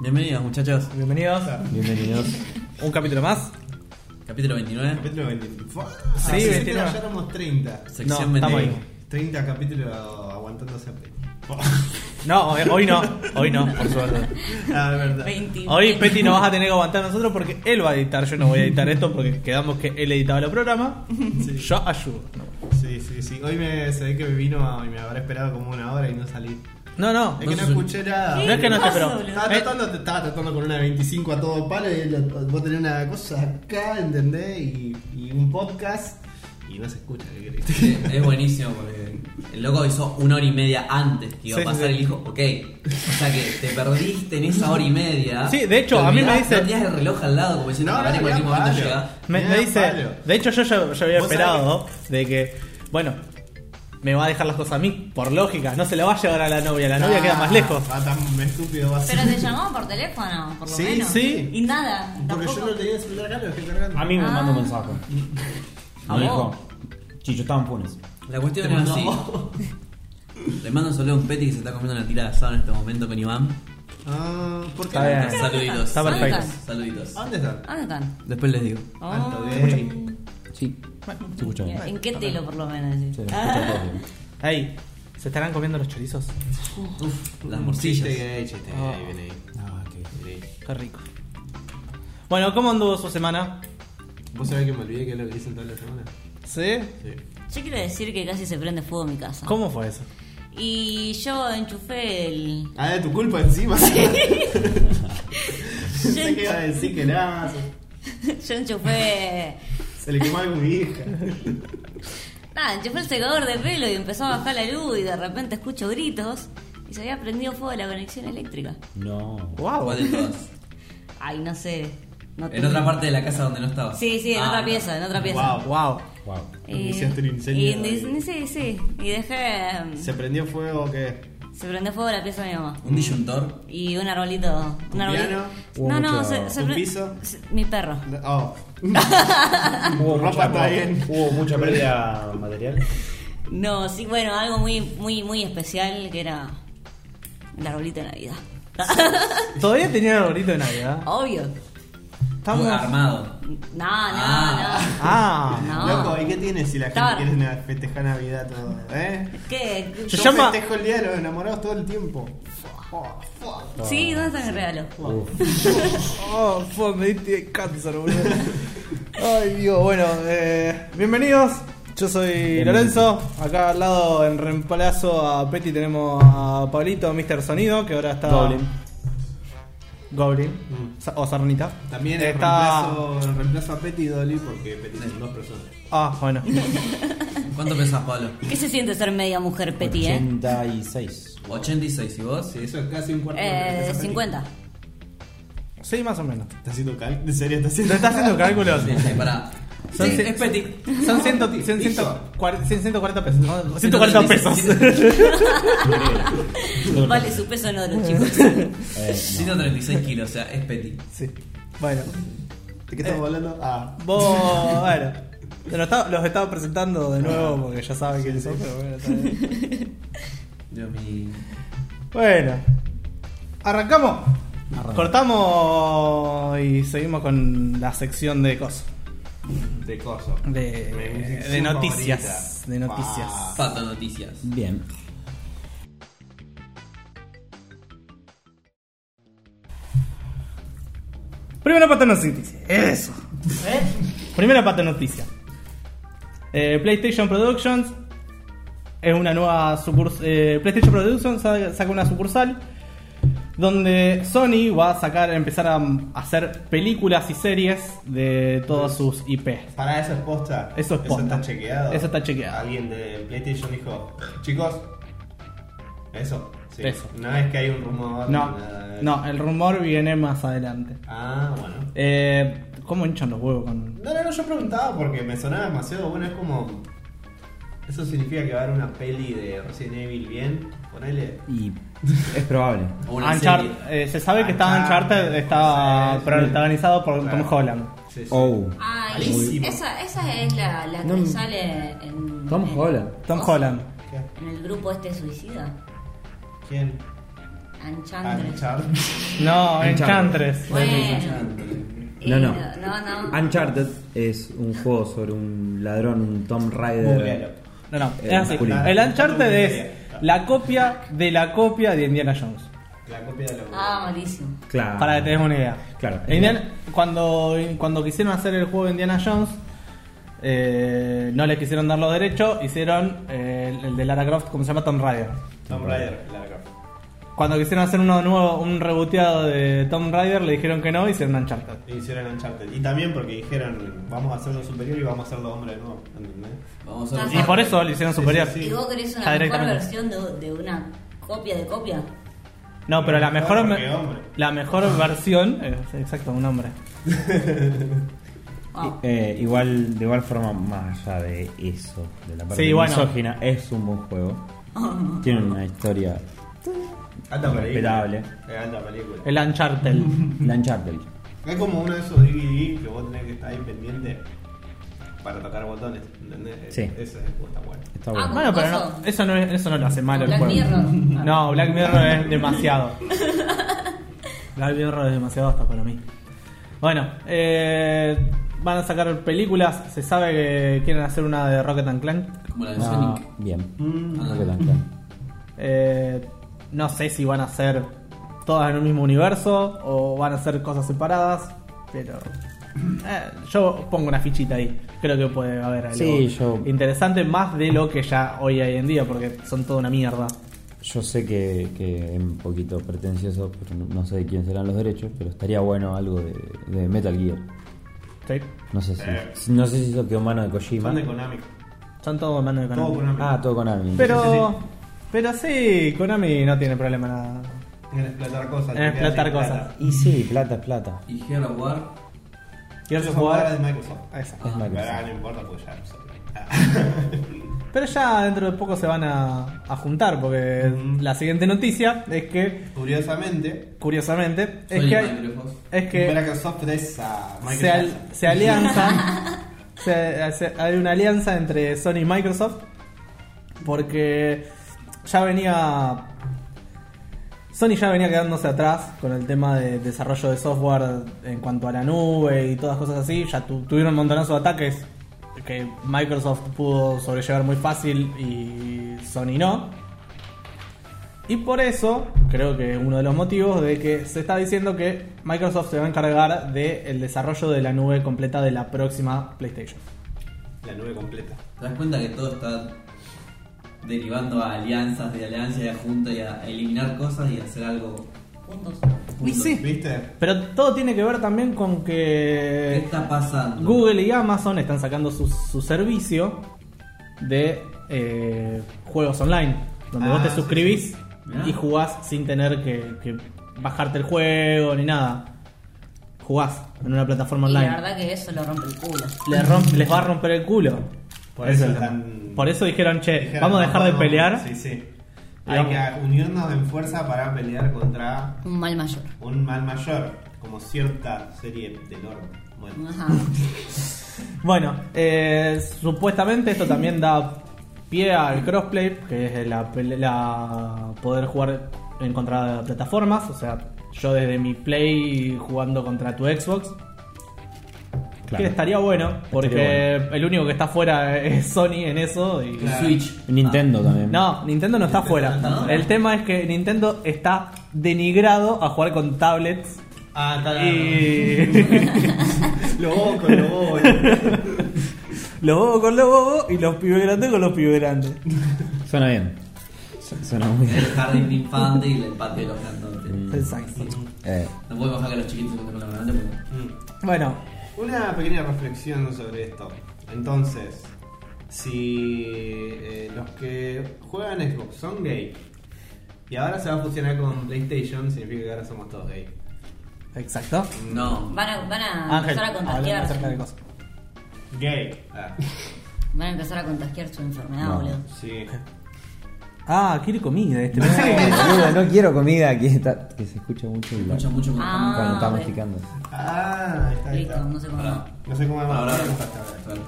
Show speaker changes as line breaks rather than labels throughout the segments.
Bienvenidos, muchachos.
Bienvenidos.
Bienvenidos.
Un capítulo más.
Capítulo 29,
Capítulo 20. Fua, pensé que
29.
Ya éramos 30.
sección
No, estamos
29.
ahí.
30 capítulos aguantándose a Petty.
No, hoy, hoy no. Hoy no, por suerte.
La Ah, verdad.
20.
Hoy Peti nos vas a tener que aguantar a nosotros porque él va a editar. Yo no voy a editar esto porque quedamos que él editaba los programas.
Sí.
Yo ayudo.
Sí, sí, sí. Hoy me, se ve que me vino a- y me habrá esperado como una hora y no salí.
No, no.
Es
no
que no
sos-
escuché nada.
No es que no esté, pero.
Paso,
Estaba
eh,
tratando, te estaba tratando con una 25 a todo palo y lo- vos tenés una cosa acá, ¿entendés? Y, y un podcast y no se escucha. ¿qué querés?
Es es buenísimo porque el loco avisó una hora y media antes que iba
Sí,
a
sí,
pasar
sí.
y dijo, ok. O sea que te perdiste en esa hora y media.
Sí, de hecho,
Te
a mí me
olvidás,
dice-
No tenías el reloj al lado como diciendo,
No,
"Pará,
no,
en cualquier
no,
momento
palo.
llega.
Me,
Me
me
da
dice.
palo.
De hecho, yo ya, ya había
Vos sabés
esperado de que. Bueno, me va a dejar las cosas a mí, por lógica. No se la va a llevar a la novia. La novia
Ah,
queda más lejos.
Va tan estúpido, va a ser.
Pero te llamó por teléfono, por lo
Sí,
menos.
sí.
Y nada.
Porque yo
tampoco.
no tenía el celular acá, lo dejé cargando.
A mí me
Ah.
mandó un mensaje.
¿A
Me
vos?
dijo, Chicho, estaba en Funes.
La cuestión
Te
es
mandó
así.
a vos.
Le mando un saludo a un Peti que se está comiendo una tira de asado en este momento con Iván.
Ah, ¿Por qué?
Está bien.
¿Dónde
Saluditos.
Está
¿Dónde
perfecto.
están?
Saluditos.
¿A ¿Dónde están?
¿Dónde están?
Después les digo.
Oh,
Alto gay.
Sí. Se escucha bien.
¿En qué telo, por lo menos? sí?
Se
Ah.
escucha todo bien.
Ey, ¿se estarán comiendo los chorizos?
Uf, las
Un
morcillas.
Chiste gay, chiste
Ah.
gay, viene este, ahí.
Ah, ok.
viene ahí.
Qué rico. Bueno, ¿cómo anduvo su semana?
¿Vos sabés que me olvidé que es lo que dicen todas las semanas?
¿Sí?
Sí.
Yo quiero decir que casi se prende fuego mi casa.
¿Cómo fue eso?
Y yo enchufé el.
Ah, de tu culpa encima. Pensé que iba a decir que nada.
yo enchufé.
Se le quemó algo a mi hija.
Nada, enchufé el secador de pelo y empezó a bajar la luz y de repente escucho gritos y se había prendido fuego la conexión eléctrica.
No.
¡Wow!
¿Cuál de todas?
Ay, no sé. No
En
tengo-
otra parte de la casa donde no estaba.
Sí, sí, en
Ah,
otra
no.
pieza, en otra pieza.
Guau.
¡Wow!
Wow.
Eh,
Iniciaste un incendio.
Y, ni- sí, sí. Y dejé. mm,
¿Se prendió fuego o qué?
Se prendió fuego la pieza de mi mamá.
Un disyuntor.
Y un arbolito.
¿Tu
Un arbolito.
piano?
Hubo
No, no,
mucho-
se, se
¿Tu
pre-
piso?
se- Mi perro.
La- Oh.
Hubo
ropa
mucha,
está bien.
hubo mucha pérdida material.
No, sí, bueno, algo muy, muy, muy especial que era. El arbolito de Navidad.
Todavía tenía el arbolito de Navidad.
Obvio.
Estamos.
Armado.
No, no,
Ah.
Ah,
No.
Loco, eh. ¿y qué tiene si la
Estaba-
gente quiere na- festejar Navidad todo? ¿Eh?
no. ¿Qué?
Se
Yo
llama-
festejo el día de los enamorados todo el tiempo. Oh, fuck.
Sí, ¿dónde está mi regalo?
Uf.
Oh, fuck, me diste cáncer, boludo. Ay, Dios, bueno, eh, bienvenidos. Yo soy Lorenzo. Acá al lado, en reemplazo a Petty, tenemos a Pablito, Mr. Sonido, que ahora está.
Goblin.
Goblin.
Mm.
Sa- O Sarnita.
También el,
está.
reemplazo, el reemplazo a Petty y Dolly porque Petty son dos personas.
Ah, bueno.
¿Cuánto pesás, Pablo?
¿Qué se siente ser media mujer Peti, eh?
86.
86, ¿y vos?
Sí, eso es casi un cuarto de lo que
Eh,
pesa Petty.
50.
Sí, más o menos.
¿Estás haciendo cal? ¿En serio estás
¿Te
haciendo
estás haciendo cálculos?
Sí, sí, pará.
Son
Sí,
cien-
es Petit.
Son 100, 100, 140, 140 pesos. ¿no? 140 pesos.
136.
Vale su peso en oro, chicos.
Eh,
136 kilos, o sea, es Petit.
sí. Bueno,
¿De qué estamos hablando? Ah.
vos. Bueno. Los estaba, los estaba presentando de nuevo porque ya saben quiénes son, pero bueno, está bien.
Dios mío.
Bueno, arrancamos.
Arranca.
Cortamos y seguimos con la sección de cosas.
De coso.
De,
Mi sección
de noticias.
favorita.
De noticias.
Pato Noticias.
Bien.
Primera pata noticia. Eso. Primera pata noticia. Eh, PlayStation Productions es una nueva sucursal. PlayStation Productions sa- saca una sucursal donde Sony va a sacar, empezar a mm, hacer películas y series de todas sus IPs.
Para eso es posta.
Eso es posta.
Eso está chequeado.
Eso está chequeado.
Alguien de PlayStation dijo, chicos, eso. Sí.
Eso.
No es que hay un rumor.
No,
nada de-
no, el rumor viene más adelante.
Ah, bueno.
Eh, ¿Cómo hinchan los huevos con.?
No, no, no, yo preguntaba porque me sonaba demasiado bueno. Es como. Eso significa que va a haber una peli de Resident Evil bien. Ponele.
Y es probable.
O una
Uncharted,
serie.
eh, se sabe que estaba Uncharted,
Uncharted,
estaba
sí.
protagonizado por
Claro.
Tom Holland.
Sí, sí.
Oh.
Ay,
Malísimo.
esa, esa es la, la que
No,
sale en.
Tom
en-
Holland.
Tom Holland.
¿Qué?
En el grupo este suicida.
¿Quién?
Ah, Anchantres.
Uncharted.
No, Enchantress.
Enchantress.
Bueno.
No, no.
Eh, No, no.
Uncharted es un juego sobre un ladrón, un Tomb
Googlealo.
Raider.
No, no, es
Eh,
así.
Julián.
El Uncharted es la copia de la copia de Indiana Jones.
La copia de la
Ah, malísimo.
Claro.
Para que te des una idea.
Claro.
Indiana- cuando, cuando quisieron hacer el juego de Indiana Jones, eh, no les quisieron dar los derechos, hicieron eh, el de Lara Croft, como se llama Tomb Raider.
Tomb Raider, la copia.
Cuando quisieron hacer uno nuevo, un reboteado de Tomb Raider, le dijeron que no, hicieron Uncharted.
Hicieron Uncharted. Y también porque dijeron, vamos a hacerlo superior y vamos a hacerlo hombre de nuevo. ¿Entendés?
Vamos a
Y
Y por eso le hicieron
Sí,
superior.
sí, sí.
¿Y vos querés
Ya
una mejor
directamente.
versión de, de una copia de copia?
No, pero la mejor,
Porque hombre.
la mejor versión es exacto, un hombre.
Wow.
Eh, igual, de igual forma, más allá de eso, de la parte
Sí, bueno.
misógina, es un buen juego. Tiene una historia
Alta película.
respetable.
Eh, Alta película.
El Uncharted.
La Uncharted.
Es como uno de esos DVD que vos tenés que estar ahí pendiente para tocar botones, ¿entendés?
Sí.
Eso es está bueno.
Está
Ah,
bueno.
Bueno, pero no, eso no, es- eso no Ah, lo hace mal el
Black
juego.
Mirror.
No, Black Mirror es demasiado. Black Mirror es demasiado hasta para mí. Bueno, eh, van a sacar películas. Se sabe que quieren hacer una de Rocket and Clank.
Como la de
Ah,
Sonic.
bien.
Ah,
Creo que la Uncharted.
Eh, no sé si van a ser todas en un mismo universo o van a ser cosas separadas, pero eh, yo pongo una fichita ahí. Creo que puede haber algo
Sí, yo-
interesante más de lo que ya hoy hay en día, porque son toda una mierda.
Yo sé que, que es un poquito pretencioso, pero no- no sé de quién serán los derechos, pero estaría bueno algo de, de Metal Gear.
¿Sí?
No sé si,
Eh.
si- no sé si eso quedó en mano de Kojima.
Fan de Konami.
Son todo en manos de Konami.
Todo Konami.
Ah, todo con alguien.
Pero,
Sí, sí,
pero sí, Konami no tiene problema nada.
En explotar cosas.
En
te quedas
explotar
sin
cosas.
plata.
Y sí, plata es plata.
Y Gear of War.
Y eso
Son
jugar.
jugadoras de Microsoft.
Esa.
Es Microsoft.
Pero, ah, no importa porque ya no sé. Ah.
Pero ya dentro de poco se van a, a juntar, porque
Ujú.
la siguiente noticia es que,
Curiosamente,
curiosamente, es
Sonic
que,
Microsoft.
es que
Microsoft es a Microsoft.
se, al- se alianzan, se- se- hay una alianza entre Sony y Microsoft, porque ya venía... Sony ya venía quedándose atrás con el tema de desarrollo de software en cuanto a la nube y todas cosas así. Ya tu- tuvieron un montonazo de ataques que Microsoft pudo sobrellevar muy fácil y Sony no. Y por eso, creo que es uno de los motivos de que se está diciendo que Microsoft se va a encargar del desarrollo de la nube completa de la próxima PlayStation.
La nube completa.
¿Te das cuenta que todo está derivando a alianzas, de alianzas y a juntas y a eliminar cosas y a hacer algo
Puntos.
Y
juntos?
sí.
¿Viste?
Pero todo tiene que ver también con
¿Qué
que
está pasando?
Google y Amazon están sacando su, su servicio de eh, juegos online, donde
Ah,
vos te
sí,
suscribís
Mirá.
y jugás sin tener que, que bajarte el juego ni nada. Jugás en una plataforma
Y la
online.
verdad que eso lo rompe el culo.
Le romp- les va a romper el culo.
Por
Ese
eso
es el tema.
están-
Por eso dijeron, che,
Dijeron,
vamos a dejar de
no,
pelear.
Sí, sí. Hay
Digamos.
que unirnos en fuerza para pelear contra
Un mal mayor.
un mal mayor, como cierta serie del norte. Bueno,
Ajá.
Bueno, eh, supuestamente esto también da pie al crossplay, que es la, pele- la- poder jugar en contra de plataformas. O sea, yo desde mi Play jugando contra tu Xbox.
Claro.
Que estaría bueno, porque
bueno.
el único que está fuera es Sony en eso. y-
Y Switch.
Nintendo también.
No, Nintendo no está fuera.
no está fuera.
El tema es que Nintendo está denigrado a jugar con tablets.
ah, está
Y...
Lo bobo con lo bobo. eh.
los bobos con los bobos y los pibes grandes con los pibes grandes.
Mm.
Suena bien. Su- Suena muy bien.
El jardín infante y el patio de los cantantes.
Mm. Exacto.
Eh,
No podemos dejar que los chiquitos se metan con la grande porque.
Mm.
Bueno,
Una pequeña reflexión sobre esto. Entonces, si eh, los que juegan Xbox son gay y ahora se va a fusionar con PlayStation, significa que ahora somos todos gay.
exacto.
No.
Van a, van a
Ángel,
Ah, empezar
hablemos
a
acerca de
contagiar.
cosas.
Gay. Ah,
Van a empezar a contagiar su enfermedad,
No.
boludo.
sí.
Ah, quiere comida este. Pensé que-
boludo, no quiero comida que, está- que se escucha mucho. y la-
Escucha mucho con
Ah.
Cuando está
ve.
masticando.
Ah, ahí está, ahí
Listo,
está.
no sé cómo.
Pará.
No sé cómo es
Ahora,
más.
ahora.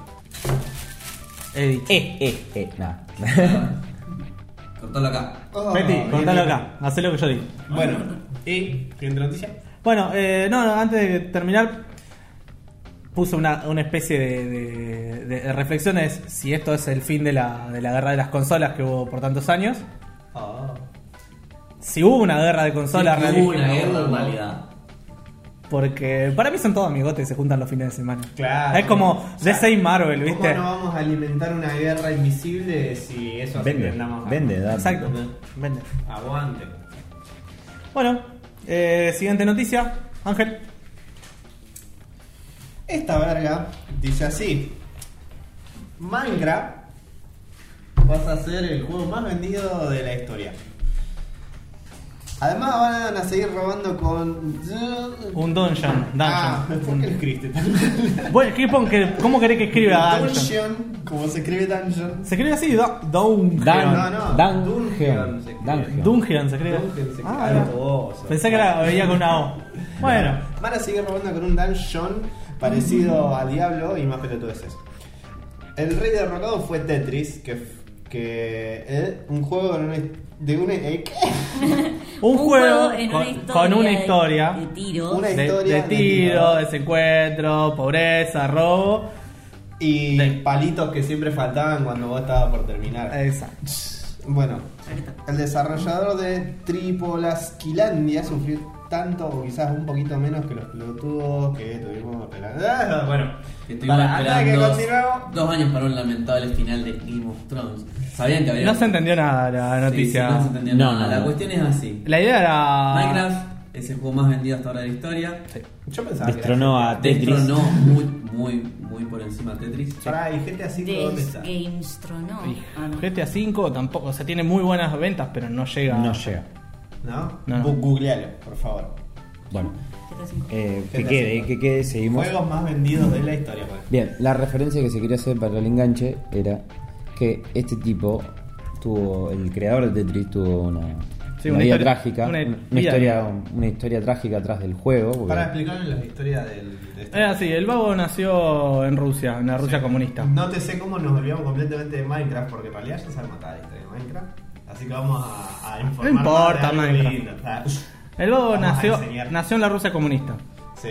Edith.
Eh.
Eh, eh, eh. Nada.
Ahora. Cortalo acá.
Meti,
Contalo acá, haz lo que yo digo.
Oh, Bueno, y siguiente noticia.
Bueno, eh, no, no, antes de terminar, puse una, una especie de, de- de reflexiones. Si esto es el fin de la, de la guerra de las consolas que hubo por tantos años.
Ah.
Si hubo una guerra de consolas
Sí,
realmente,
hubo una eh. guerra
hubo.
en realidad.
Porque para mí son todos amigotes, se juntan los fines de semana.
Claro.
Es como
O sea,
DC y Marvel,
¿Cómo
¿viste?
no vamos a alimentar una guerra invisible si eso hace que
Vende,
vendamos-
vende, da.
Exacto. Vende.
Aguante.
Bueno, eh, siguiente noticia. Ángel.
Esta verga dice así: Minecraft vas a ser el juego más vendido de la historia. Además van a seguir robando con.
Un dungeon. dungeon.
Ah, ¿por qué lo escribiste tan
Bueno, ¿qué pon- que- ¿cómo querés que escriba
Dungeon,
dungeon?
como se escribe Dungeon.
Se escribe así, du- dungeon.
Dan,
No, no,
Dan-
Dungeon se escribe.
Dungeon.
Dungeon se escribe.
Dungeon se
Ah,
escribe
mira.
baboso.
Pensé que era, veía con una O. Bueno,
Van a seguir robando con un dungeon parecido a Diablo y más pelotudeces. El rey derrocado fue Tetris, que. f- que eh, un juego con una, de una. eh, ¿qué?
un, juego,
en
con,
una historia
con una
de-
historia.
De, tiros.
Una-
De,
historia
de
de
tiro,
tiro.
desencuentro, pobreza, robo.
Y
Sí. Eh.
palitos que siempre faltaban cuando vos estabas por terminar.
Exacto.
Bueno, el desarrollador de Tripolasquilandia sufrió tanto o quizás un poquito menos que los pelotudos que tuvimos esperando. Ah, Bueno,
Que estuvimos
para, antes de que
esperando
continuemos.
dos años para un lamentable final de Game of Thrones. Sabían que había.
No se entendió nada la
Sí,
noticia.
sí, no se entendió
No,
nada.
no,
la
no.
cuestión es así.
La idea era.
Minecraft es el juego más vendido hasta ahora de la historia.
Yo pensaba que. era-
Destronó a Tetris.
Destronó muy, muy, muy por encima a Tetris.
Pará, y gente así ¿dónde
Des
está?
Games Tronó. Ah, no.
GTA V tampoco, o sea, tiene muy buenas ventas, pero no llega.
No llega.
¿No?
No.
Bu- Googlealo, por favor.
Bueno,
GTA cinco.
eh, que
GTA
quede,
cinco.
que quede, seguimos.
Juegos más vendidos de la historia, pues. por ejemplo.
Bien, la referencia que se quería hacer para el enganche era que este tipo tuvo, el creador de Tetris tuvo una,
Sí,
una
una
vida
histori-
trágica,
una
una,
vida.
historia, una historia trágica atrás del juego. porque-
Para explicarles la historia del. de este-
Era así, Eh, Ah, el vago nació en Rusia, en la Rusia comunista.
No te sé cómo nos olvidamos completamente de Minecraft, porque en realidad ya sabemos toda la historia de Minecraft. Así que vamos a, a informar. más
importa,
de algo
Minecraft.
lindo, está.
El vago
Vamos a
nació,
enseñar.
nació en la Rusia comunista.
Sí.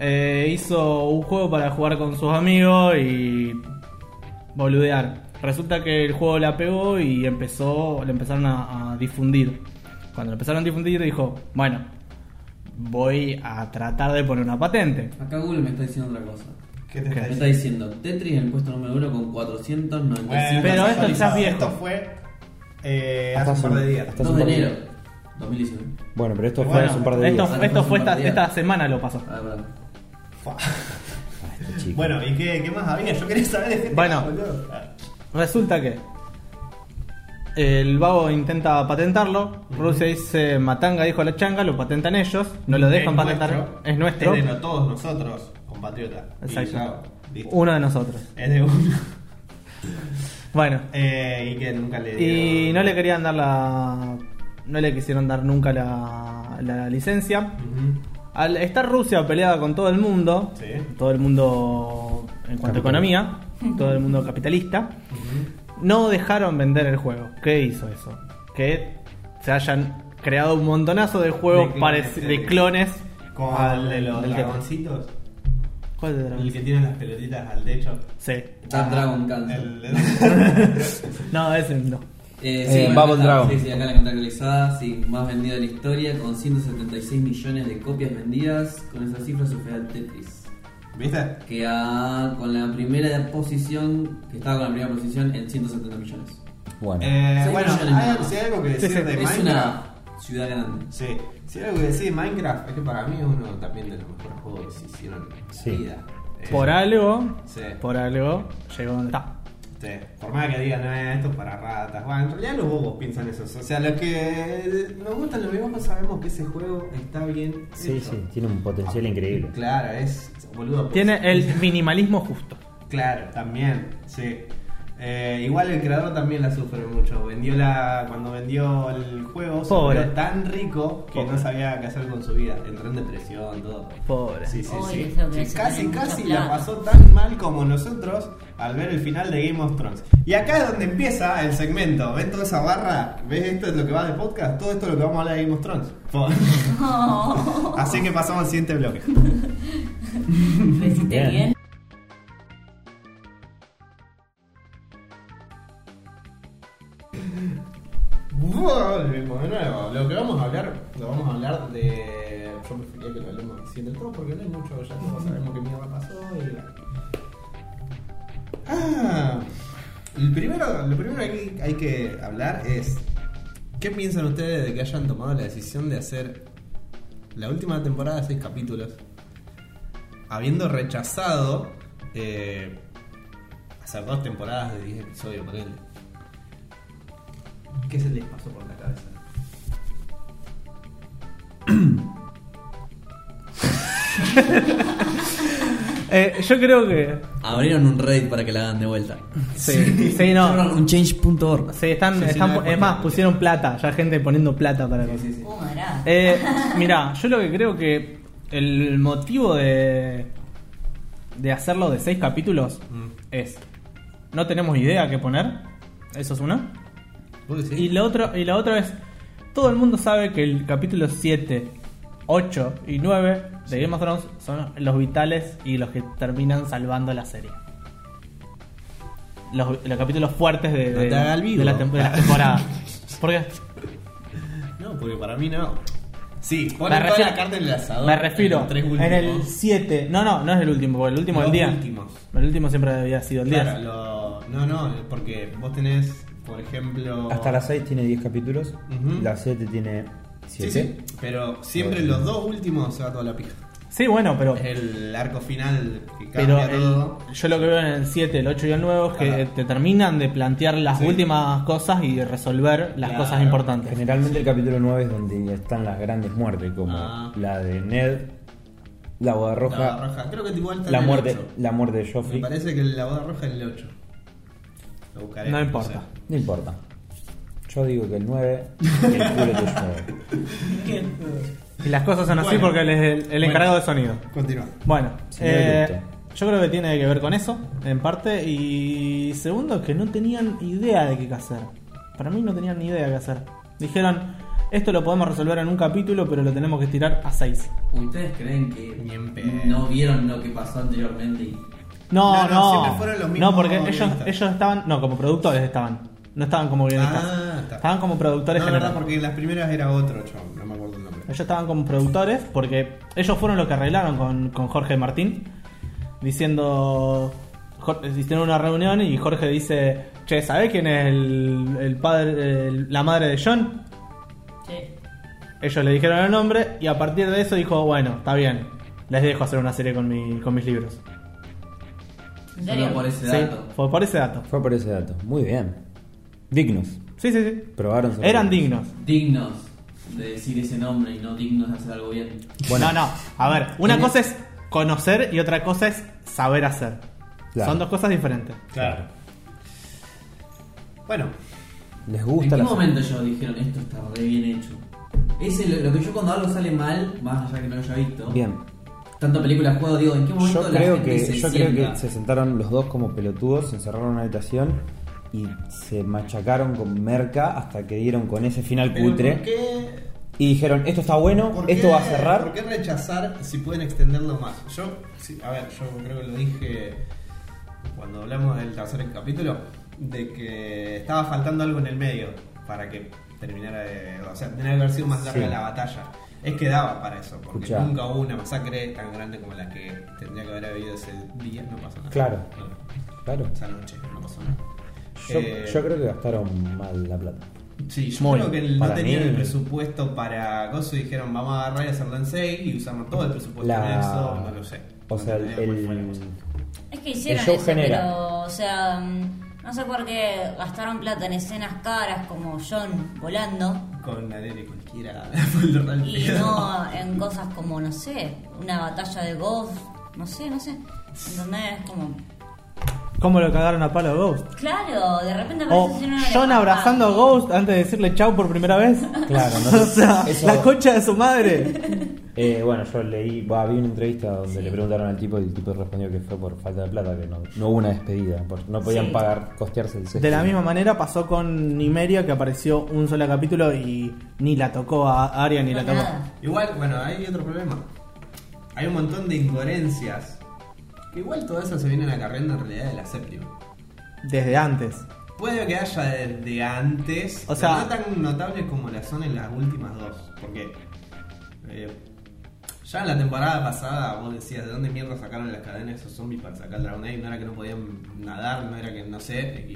Eh, hizo un juego para jugar con sus amigos y boludear. Resulta que el juego la pegó y empezó, lo empezaron a, a difundir. Cuando lo empezaron a difundir dijo, bueno, voy a tratar de poner una patente.
Acá Google me está diciendo otra cosa.
¿Qué te
Ok.
está
Me está
diciendo?
diciendo Tetris en el puesto número uno con 495.
Bueno,
pero esto
actualizado.
quizás viejo.
Esto fue eh, hace
Hasta
un par de
hace-
días.
hasta-
2 de enero 2019.
Bueno, pero esto fue
Bueno,
hace un par de
esto,
días.
días.
esto fue
Hace un par
esta,
de días.
esta semana lo pasó.
Ah, perdón.
Fua.
Este chico.
Bueno, ¿y qué, qué más había? Yo quería saber de gente.
Bueno.
boludo. Ah.
Resulta que el vago intenta patentarlo. Rusia dice matanga, dijo la changa, lo patentan ellos, no lo dejan
Es
patentar,
nuestro.
es nuestro,
Es de no- todos nosotros, compatriotas.
Exacto.
Y ya, listo.
uno de nosotros.
Es de uno.
Bueno,
Eh, y que nunca le
y
dieron-
no le querían dar la, no le quisieron dar nunca la, la licencia.
Ujú.
Al estar Rusia peleada con todo el mundo,
Sí.
todo el mundo en cuanto a
Capital.
economía, todo el mundo capitalista, no dejaron vender el juego. ¿Qué hizo eso? Que se hayan creado un montonazo de juegos
De
parec-
clones,
de
sí.
clones.
Como
al-
el de los
del que-
dragoncitos.
¿Cuál de Dragon?
El que tiene las pelotitas al techo.
Sí.
Está Dragon Cancer.
El- el-
No, ese no.
Eh,
Eh,
acá
Bubble
está.
Dragon.
Sí, sí, acá la encontré actualizada, sí, más vendida de la historia, con 176 millones de copias vendidas. Con esa cifra supera el Tetris.
¿Viste?
Que ha- con la primera posición, que estaba con la primera posición en 170 millones.
Bueno.
Eh,
Sí,
bueno,
no, yo no
hay-
entiendo.
si hay algo que
Sí,
decir
sí.
de
es
Minecraft.
una ciudad grande.
Sí, si hay algo que decir de Minecraft, es que para mí es uno también de los mejores juegos que se hicieron en
Sí.
vida. Eh,
Por algo,
Sí.
por algo, llegó donde está.
Sí, Este, por más que digan, "Eh, esto es para ratas. Bueno, en realidad los bobos piensan eso. O sea, los que eh, nos gustan los videojuegos sabemos que ese juego está bien.
sí,
hecho.
sí, tiene un potencial increíble.
Claro, es boludo. pues,
Tiene el minimalismo justo.
Claro, también, sí. Eh, igual el creador también la sufre mucho. Vendió la. Cuando vendió el juego, se
Pobre.
volvió tan rico que
Pobre.
no sabía qué hacer con su vida. Entró en depresión, todo.
Pobre.
Sí, sí,
Oy,
sí.
qué feo que
Sí,
eso,
casi,
tenés
casi
mucha
la
plata.
pasó tan mal como nosotros al ver el final de Game of Thrones. Y acá es donde empieza el segmento. ¿Ves toda esa barra? ¿Ves esto es lo que va de podcast? Todo esto es lo que vamos a hablar de Game of Thrones. Así que pasamos al siguiente bloque.
Lo hiciste
Bien.
bien.
Volvemos de nuevo. Lo que vamos a hablar, lo vamos a hablar de. Yo preferiría que lo hablemos sin el todo porque no hay mucho, ya todos sabemos qué mierda pasó y la- Ah, el primero, lo primero que hay que hablar es. ¿Qué piensan ustedes de que hayan tomado la decisión de hacer la última temporada de seis capítulos? Habiendo rechazado eh, hacer dos temporadas de 10 episodios, ponele. ¿Qué se les pasó por la cabeza?
Eh, yo creo que.
Abrieron un Reddit para que la hagan de vuelta.
Sí, sí, no.
Un change.org.
Sí, están,
Sí, sí,
están-
no hay
es más,
cuenta.
pusieron plata, ya gente poniendo plata para cosas.
Oh, mará.
Eh, mirá, yo lo que creo que el motivo de, de hacerlo de seis capítulos
Mm.
es. No tenemos idea qué poner. Eso es una.
¿Vos decís?
Y, la otra, y la otra es. Todo el mundo sabe que el capítulo 7, 8 y 9 de Game of Thrones son los vitales y los que terminan salvando la serie. Los, los capítulos fuertes de,
No
de-
te hagas el vivo.
de la, tem- de la temporada. ¿Por qué?
No, porque para mí no. Sí,
Me
ponen toda
refiero-
la carta en el asador.
Me
en
refiero
los tres
en el
últimos.
7. No, no, no es el último, porque el último es el
Los
día.
últimos.
El último siempre había sido el
Claro,
día.
lo- No, no, porque vos tenés, por ejemplo.
Hasta la 6 tiene 10 capítulos,
Ujú.
la 7 tiene 7.
Sí, sí. Pero siempre
Ocho.
los dos últimos se va toda la pija.
Sí, bueno, pero.
Es el arco final que
Pero
cambia todo.
el- yo lo que veo en el 7, el 8 y el 9 es que
Ajá.
te terminan de plantear las
Sí.
últimas cosas y de resolver las
Claro.
cosas importantes.
Generalmente el capítulo 9 es donde ya están las grandes muertes, como
Ah.
la de Ned, la boda
La
roja,
boda roja. Creo que igual está
la,
en el
muerte,
ocho.
la muerte de
Me
Joffrey.
parece que la boda roja es el 8. Lo buscaré.
No
sé.
importa.
No importa. Yo digo que el 9 y el culo te llueve.
Y las cosas son así
Bueno.
porque él es el, el
Bueno.
encargado de sonido.
Continúa.
Bueno,
Señor
eh,
Eructo.
yo creo que tiene que ver con eso, en parte. Y segundo, que no tenían idea de qué hacer. Para mí no tenían ni idea de qué hacer. Dijeron, esto lo podemos resolver en un capítulo, pero lo tenemos que estirar a seis.
¿Ustedes creen que
Ni en pedo.
no vieron lo que pasó anteriormente? y-
No,
No, no,
no.
siempre fueron los mismos
no, porque ellos,
guionistas.
ellos estaban, no, como productores estaban. No estaban como guionistas.
Ah, está.
Estaban como productores
No, la verdad,
generales.
porque las primeras era otro, chabón. No me acuerdo el nombre.
Ellos estaban como productores porque ellos fueron los que arreglaron con, con Jorge Martín. Diciendo. Jor- Hicieron una reunión y Jorge dice: Che, ¿sabés quién es el, el padre, el- la madre de John?
Che.
Ellos le dijeron el nombre y a partir de eso dijo: Bueno, está bien, les dejo hacer una serie con, mi- con mis libros.
¿En
Solo por
serio?
ese
Sí,
dato.
fue por ese dato.
Fue por ese dato. Muy bien. Dignos.
Sí, sí, sí.
Probaron sobre
Eran
ellos.
dignos.
Dignos de decir ese nombre y no dignos de hacer algo bien.
Bueno.
no, no. A ver, una
Tiene-
cosa es conocer y otra cosa es saber hacer.
Claro.
Son dos cosas diferentes.
Claro. Bueno,
Les
¿En
gusta
qué
la
momento yo dijeron esto está re bien hecho? Ese, lo, lo que yo cuando algo sale mal, más allá que no lo haya visto,
Bien.
tanto películas juego, digo, ¿en qué momento
Yo
la
creo
gente
que
se
yo creo
sienta?
que se sentaron los dos como pelotudos, se encerraron en una habitación y se machacaron con merca hasta que dieron con ese final
pero ¿por
cutre
qué
y dijeron, esto está bueno,
¿Por
esto
qué-
va a cerrar.
¿Por qué rechazar si pueden extenderlo más? Yo, sí, a ver, yo creo que lo dije cuando hablamos del tercer capítulo, de que estaba faltando algo en el medio para que terminara de. O sea, tenía que haber sido más larga
Sí.
la batalla. Es que daba para eso, porque
Escuchá.
nunca hubo una masacre tan grande como la que tendría que haber habido ese día, no pasó nada.
Claro.
No,
Claro.
esa noche, no pasó nada.
Yo,
Eh,
yo creo que gastaron mal la plata.
Sí, yo
Muy,
creo que no
para
tenían
mí-
el presupuesto para Gozo y dijeron vamos a agarrar y hacerlo en 6 y usamos todo el presupuesto
La-
en eso, no lo sé.
O sea,
No
el,
tenía cuál fue la cosa.
el-
Es que hicieron
El show
eso,
genera.
pero, o sea, mm, no sé por qué gastaron plata en escenas caras como John volando
Con la nene cualquiera, fue el real
y
pedo.
no en cosas como, no sé, una batalla de golf, no sé, no sé. ¿Entendés? Como.
¿Cómo lo cagaron a palo a Ghost?
Claro, de repente aparece
O
lleno de
Oh, John
la-
abrazando a Ghost antes de decirle chau por primera vez.
Claro,
o sea,
eso-
la concha de su madre.
Eh, bueno, yo leí, bah, vi una entrevista donde le preguntaron al tipo y el tipo respondió que fue por falta de plata, que no, no hubo una despedida, porque no podían
Sí.
pagar, costearse el sexo.
De la misma manera pasó con Nimeria, que apareció un solo capítulo y ni la tocó a Arya ni
No,
la tocó.
nada.
Igual, bueno, hay otro problema. Hay un montón de incoherencias. Que igual todo eso se viene en la carrera en realidad de la séptima.
Desde antes.
Puede que haya desde antes,
O
o
sea-
sea, no tan notables como las son en las últimas dos. Porque eh, ya en la temporada pasada vos decías de dónde mierda sacaron las cadenas de esos zombies para sacar el Dragon Age. No era que no podían nadar, no era que no sé.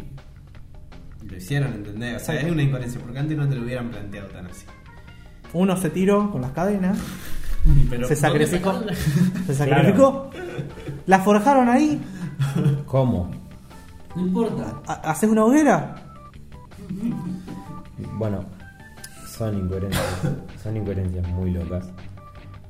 Y lo hicieron, ¿entendés? O sea, es una incoherencia porque antes no te lo hubieran planteado tan así.
Uno se tiró con las cadenas. se sacrificó. Se sacrificó. La forjaron ahí.
¿Cómo?
No importa.
ha- Haces una hoguera.
Bueno, son incoherencias, son incoherencias muy locas.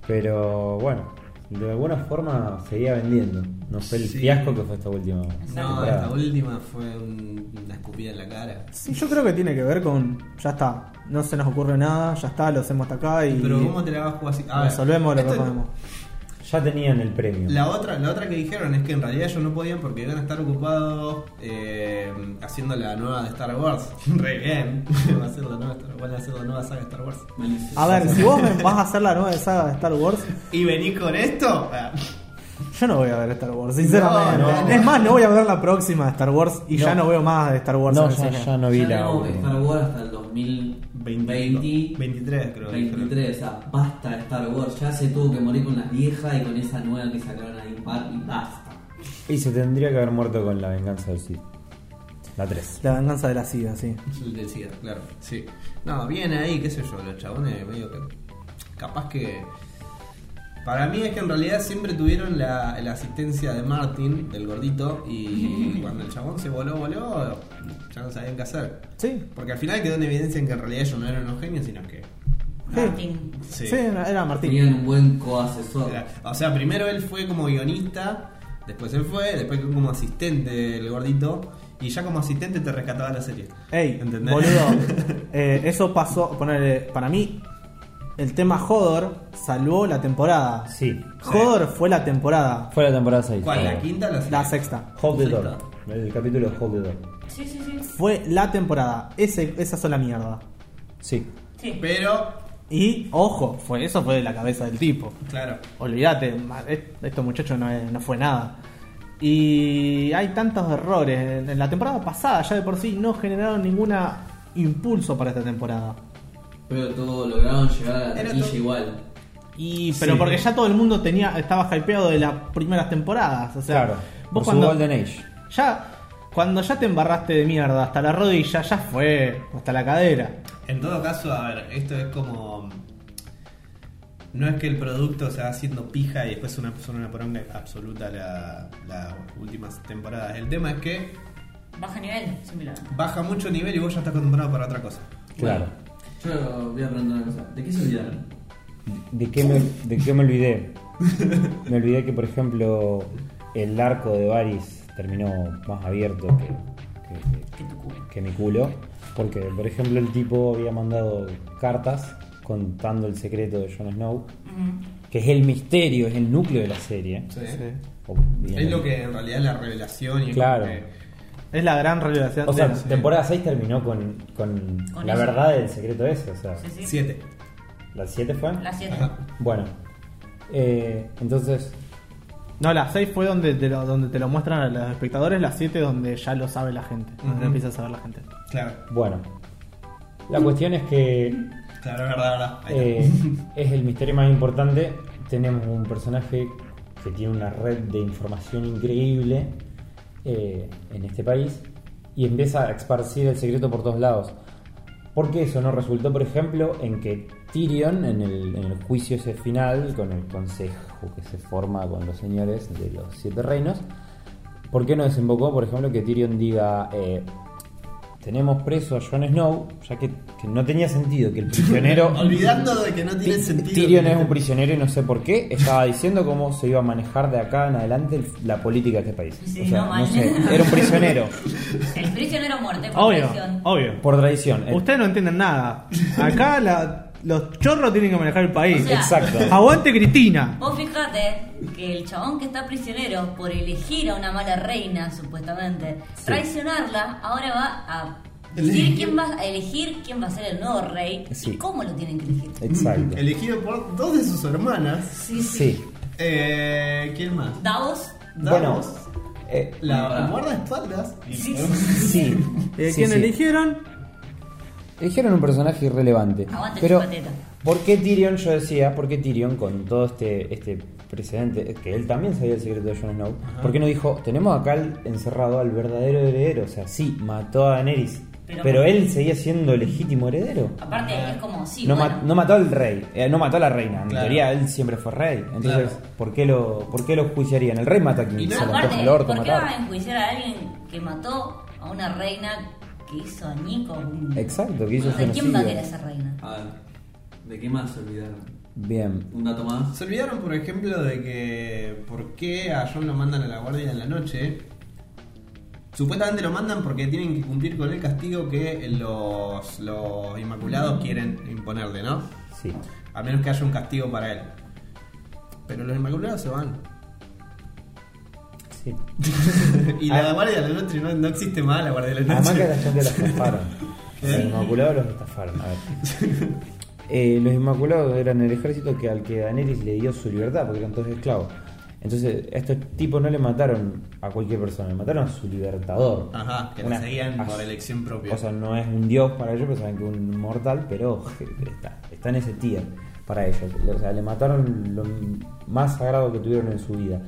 Pero bueno, de alguna forma seguía vendiendo. No fue el
Sí.
fiasco que fue esta última.
No,
temporada.
esta última fue un- una escupida en la cara.
Sí, yo creo que tiene que ver con. Ya está. No se nos ocurre nada. Ya está. Lo hacemos hasta acá y.
Pero ¿cómo te la vas a jugar así? A ver,
resolvemos lo que
esto-
podemos.
Ya tenían el premio.
La otra, la otra que dijeron es que en realidad ellos no podían porque iban a estar ocupados eh, haciendo la nueva de Star Wars. Re bien. Va a ser la nueva Star- van a hacer la nueva saga de Star Wars.
Malísimo.
A ver, si vos me vas a hacer la nueva saga de Star Wars,
¿Y venís con esto? Ah,
yo no voy a ver Star Wars, sinceramente.
No, no.
Es más, no voy a ver la próxima de Star Wars y
No.
ya no veo más de Star Wars
no,
en el
ya,
cine.
ya no vi
Ya
la.
tenemos Star
última.
Wars hasta el 2020.
23 creo. que dijeron.
23, o sea, basta de Star Wars, ya se tuvo que morir con la vieja y con esa nueva que sacaron ahí par y basta.
Y se tendría que haber muerto con la venganza del Cid. La 3.
La venganza de la SIDA, sí.
El del SIDA, claro. Sí. No, bien ahí, qué sé yo, los chabones medio que. Capaz que. Para mí es que en realidad siempre tuvieron la, la asistencia de Martin, del gordito, y cuando el chabón se voló, voló, ya no sabían qué hacer.
Sí.
Porque al final quedó en evidencia en que en realidad ellos no eran unos genios, sino que.
Martín.
Sí, era era Martín.
Tenían un buen coasesor.
Era- O sea, primero él fue como guionista, después él fue, después quedó como asistente del gordito, y ya como asistente te rescataba la serie.
Ey,
¿Entendés?
boludo, eh, eso pasó, ponele, para mí, el tema Hodor salvó la temporada.
Sí.
Hodor fue la temporada,
Fue la temporada 6.
¿Cuál? ¿La quinta o la
la
sexta?
sexta.
Hold the
Sexta.
Door. El capítulo de Hold the Door.
Sí, sí, sí.
Fue la temporada, Ese, esa sola mierda.
Sí.
Sí.
Pero,
Y, ojo, fue eso fue de la cabeza del tipo.
claro,
Olvídate, ma- est- estos muchachos no, es- no fue nada. Y hay tantos errores. En- En la temporada pasada ya de por sí no generaron ningún impulso para esta temporada.
Pero todo lograron llegar a la
Era
taquilla
todo-
igual.
Y, pero
Sí.
porque ya todo el mundo tenía estaba hypeado de las primeras temporadas. O sea,
claro. Pues
vos
Por su
cuando,
Golden Age.
ya, cuando ya te embarraste de mierda hasta la rodilla, ya fue, hasta la cadera.
en todo caso, a ver, esto es como. No es que el producto se va haciendo pija y después una, son una poronga absoluta la, la últimas temporadas. El tema es que
Baja nivel, similar.
baja mucho el nivel y vos ya estás acostumbrado para otra cosa.
Claro.
Yo voy a preguntar una cosa. ¿De qué se olvidaron?
¿De qué, me, ¿De qué me olvidé? Me olvidé que, por ejemplo, el arco de Varys terminó más abierto que, que-
Que tu culo.
que mi culo. Porque, por ejemplo, el tipo había mandado cartas contando el secreto de Jon Snow,
Ujú.
que es el misterio, es el núcleo de la serie. O bien-
Es lo que en realidad es la revelación y es
Claro.
como que-
Es la gran revelación.
O sea,
de-
temporada 6 terminó con, con
Con
la
eso.
verdad del secreto ese. O sea,
Sí, sí.
Siete.
¿la 7 fue?
La 7.
Ajá.
Bueno, eh, entonces
No, la 6 fue donde te, lo, donde te lo muestran a los espectadores, la 7 donde ya lo sabe la gente, donde
Ujú.
empieza a saber la gente.
Claro,
Bueno, la cuestión es que
claro, es verdad, verdad. Ahí está.
eh, es el misterio más importante. Tenemos un personaje que tiene una red de información increíble eh, en este país y empieza a esparcir el secreto por todos lados. Porque eso no resultó, por ejemplo, en que Tyrion, en el, en el juicio ese final, con el consejo que se forma con los señores de los siete reinos, ¿por qué no desembocó, por ejemplo, que Tyrion diga, eh, tenemos preso a Jon Snow, ya que, que no tenía sentido que el prisionero...
Olvidando de que no tiene sentido.
Tyrion es un prisionero y no sé por qué estaba diciendo cómo se iba a manejar de acá en adelante el- la política de este país.
Sí,
o sea,
no,
no,
mal.
sé, era un prisionero
El prisionero muerte, por
Obvio,
traición.
obvio.
por tradición. El-
Ustedes no entienden nada. Acá la- los chorros tienen que manejar el país.
O sea-
Exacto.
Aguante Cristina.
Vos fijate que el chabón que está prisionero por elegir a una mala reina, supuestamente, traicionarla, ahora va a decir quién va a elegir quién va a ser el nuevo rey
Sí.
y cómo lo tienen que elegir.
Exacto.
Elegido por dos de sus hermanas.
Sí,
Sí.
Eh, ¿Quién más?
Davos.
Bueno,
Davos,
eh,
la guardaespaldas.
Ah. Sí,
sí.
Eh,
sí,
¿Quién
sí.
eligieron?
Eligieron un personaje irrelevante.
Aguante,
pero,
chupateta.
¿por qué Tyrion? Yo decía, ¿por qué Tyrion con todo este, este precedente? es Que él también sabía el secreto de Jon Snow. ¿Por qué no dijo, tenemos acá al- encerrado al verdadero heredero? O sea, sí, mató a Daenerys. Pero,
Pero-
él seguía siendo el legítimo heredero.
Aparte, es como, sí,
no,
bueno,
ma- no mató al rey, eh, no mató a la reina. En
Claro.
teoría, él siempre fue rey. Entonces,
Claro.
¿por, qué lo, ¿por qué lo juiciarían? El rey mata a
Y no-
quien se le antoja
Aparte,
el orto
¿por qué vas a
matar.
enjuiciar a alguien que mató a una reina que hizo añicos? un-
Exacto, que hizo
O sea, ¿Quién va a
genocidio.
querer ser reina?
A ver, ¿de qué más se olvidaron?
Bien.
¿Un dato más?
Se olvidaron, por ejemplo, de que por qué a John lo mandan a la guardia en la noche. Supuestamente lo mandan porque tienen que cumplir con el castigo que los, los Inmaculados quieren imponerle, ¿no?
Sí.
A menos que haya un castigo para él. Pero los Inmaculados se van.
Sí.
y la guardia de la noche no, no existe más, la guardia de la
Ah. Además
noche. ¿Eh?
que a la gente la estafaron. Los Inmaculados los estafaron. A ver. Eh, los Inmaculados eran el ejército que al que Daenerys le dio su libertad, porque eran todos esclavos. Entonces, a estos tipos no le mataron a cualquier persona, le mataron a su libertador.
Ajá, que la
Una-
seguían
a-
por elección propia.
O sea, no es un dios para ellos, pero saben que es un mortal, pero está, está en ese tier para ellos. O sea, le mataron lo más sagrado que tuvieron en su vida.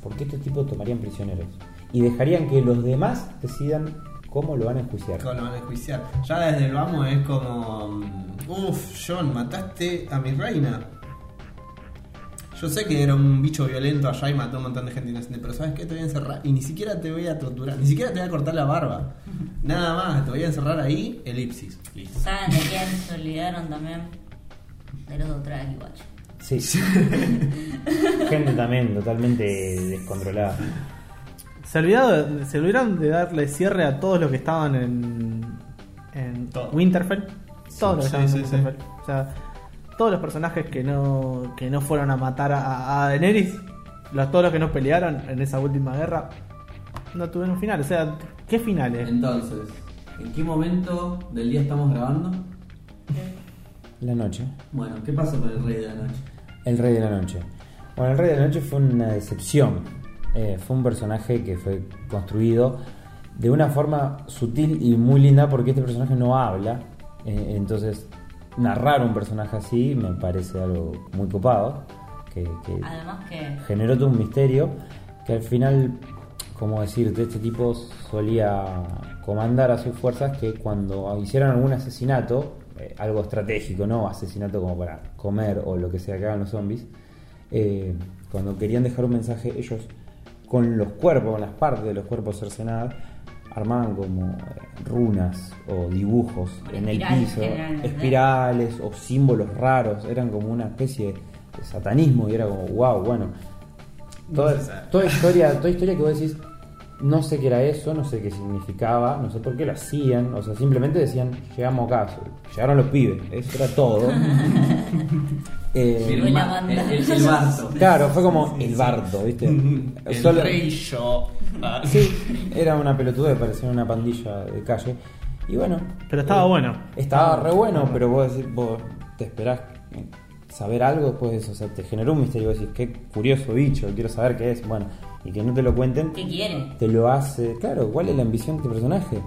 ¿Por qué estos tipos tomarían prisioneros? Y dejarían que los demás decidan cómo lo van a enjuiciar.
¿Cómo lo van a enjuiciar? Ya desde el vamos es como. Uff, John, mataste a mi reina. Yo sé que era un bicho violento allá y mató a un montón de gente inocente, pero ¿sabes qué? Te voy a encerrar y ni siquiera te voy a torturar, ni siquiera te voy a cortar la barba. Nada más, te voy a encerrar ahí, elipsis. Listo.
¿Saben de quién se olvidaron también? De los Dothraki, guacho.
Sí. Gente también totalmente descontrolada.
Se olvidaron, se olvidaron de darle cierre a todos los que estaban en, en
Todo.
Winterfell. Todos los que
Sí,
estaban en
sí, sí.
Winterfell. O sea, todos los personajes que no, que no fueron a matar a, a Daenerys, los, todos los que no pelearon en esa última guerra, no tuvieron final. O sea, ¿qué finales?
Entonces, ¿en qué momento del día estamos grabando?
La noche.
Bueno, ¿qué pasó con el rey de la noche?
El Rey de la Noche. Bueno, el Rey de la Noche fue una decepción. Eh, fue un personaje que fue construido de una forma sutil y muy linda porque este personaje no habla. Eh, entonces, narrar un personaje así me parece algo muy copado. Que, que
Además que...
generó todo un misterio que al final, como decirte, este tipo solía comandar a sus fuerzas que cuando hicieran algún asesinato, eh, algo estratégico, ¿no? Asesinato como para comer o lo que sea que hagan los zombies, eh, cuando querían dejar un mensaje, ellos con los cuerpos, con las partes de los cuerpos cercenadas, armaban como eh, runas o dibujos
Como
en el
espirales
piso,
generalmente.
espirales o símbolos raros, eran como una especie de satanismo y era como, wow, bueno, toda,
No se sabe.
toda historia, toda historia que vos decís, no sé qué era eso, no sé qué significaba, no sé por qué lo hacían, o sea, simplemente decían, llegamos acá, llegaron los pibes, eso era todo. Eh,
Llegó la
ma-
banda.
el- el- el bardo.
Claro, fue como el bardo, ¿viste?
El
Solo-
rey yo. Ah.
Sí, era una pelotuda, parecía una pandilla de calle. Y bueno. eh,
Pero estaba bueno.
Estaba re bueno, pero vos, decís- vos te esperás eh, saber algo después de eso. O sea, te generó un misterio. Vos decís, qué curioso bicho, quiero saber qué es. Bueno, y que no te lo cuenten,
¿Qué quiere?
te lo hace. Claro, ¿cuál es la ambición de este personaje?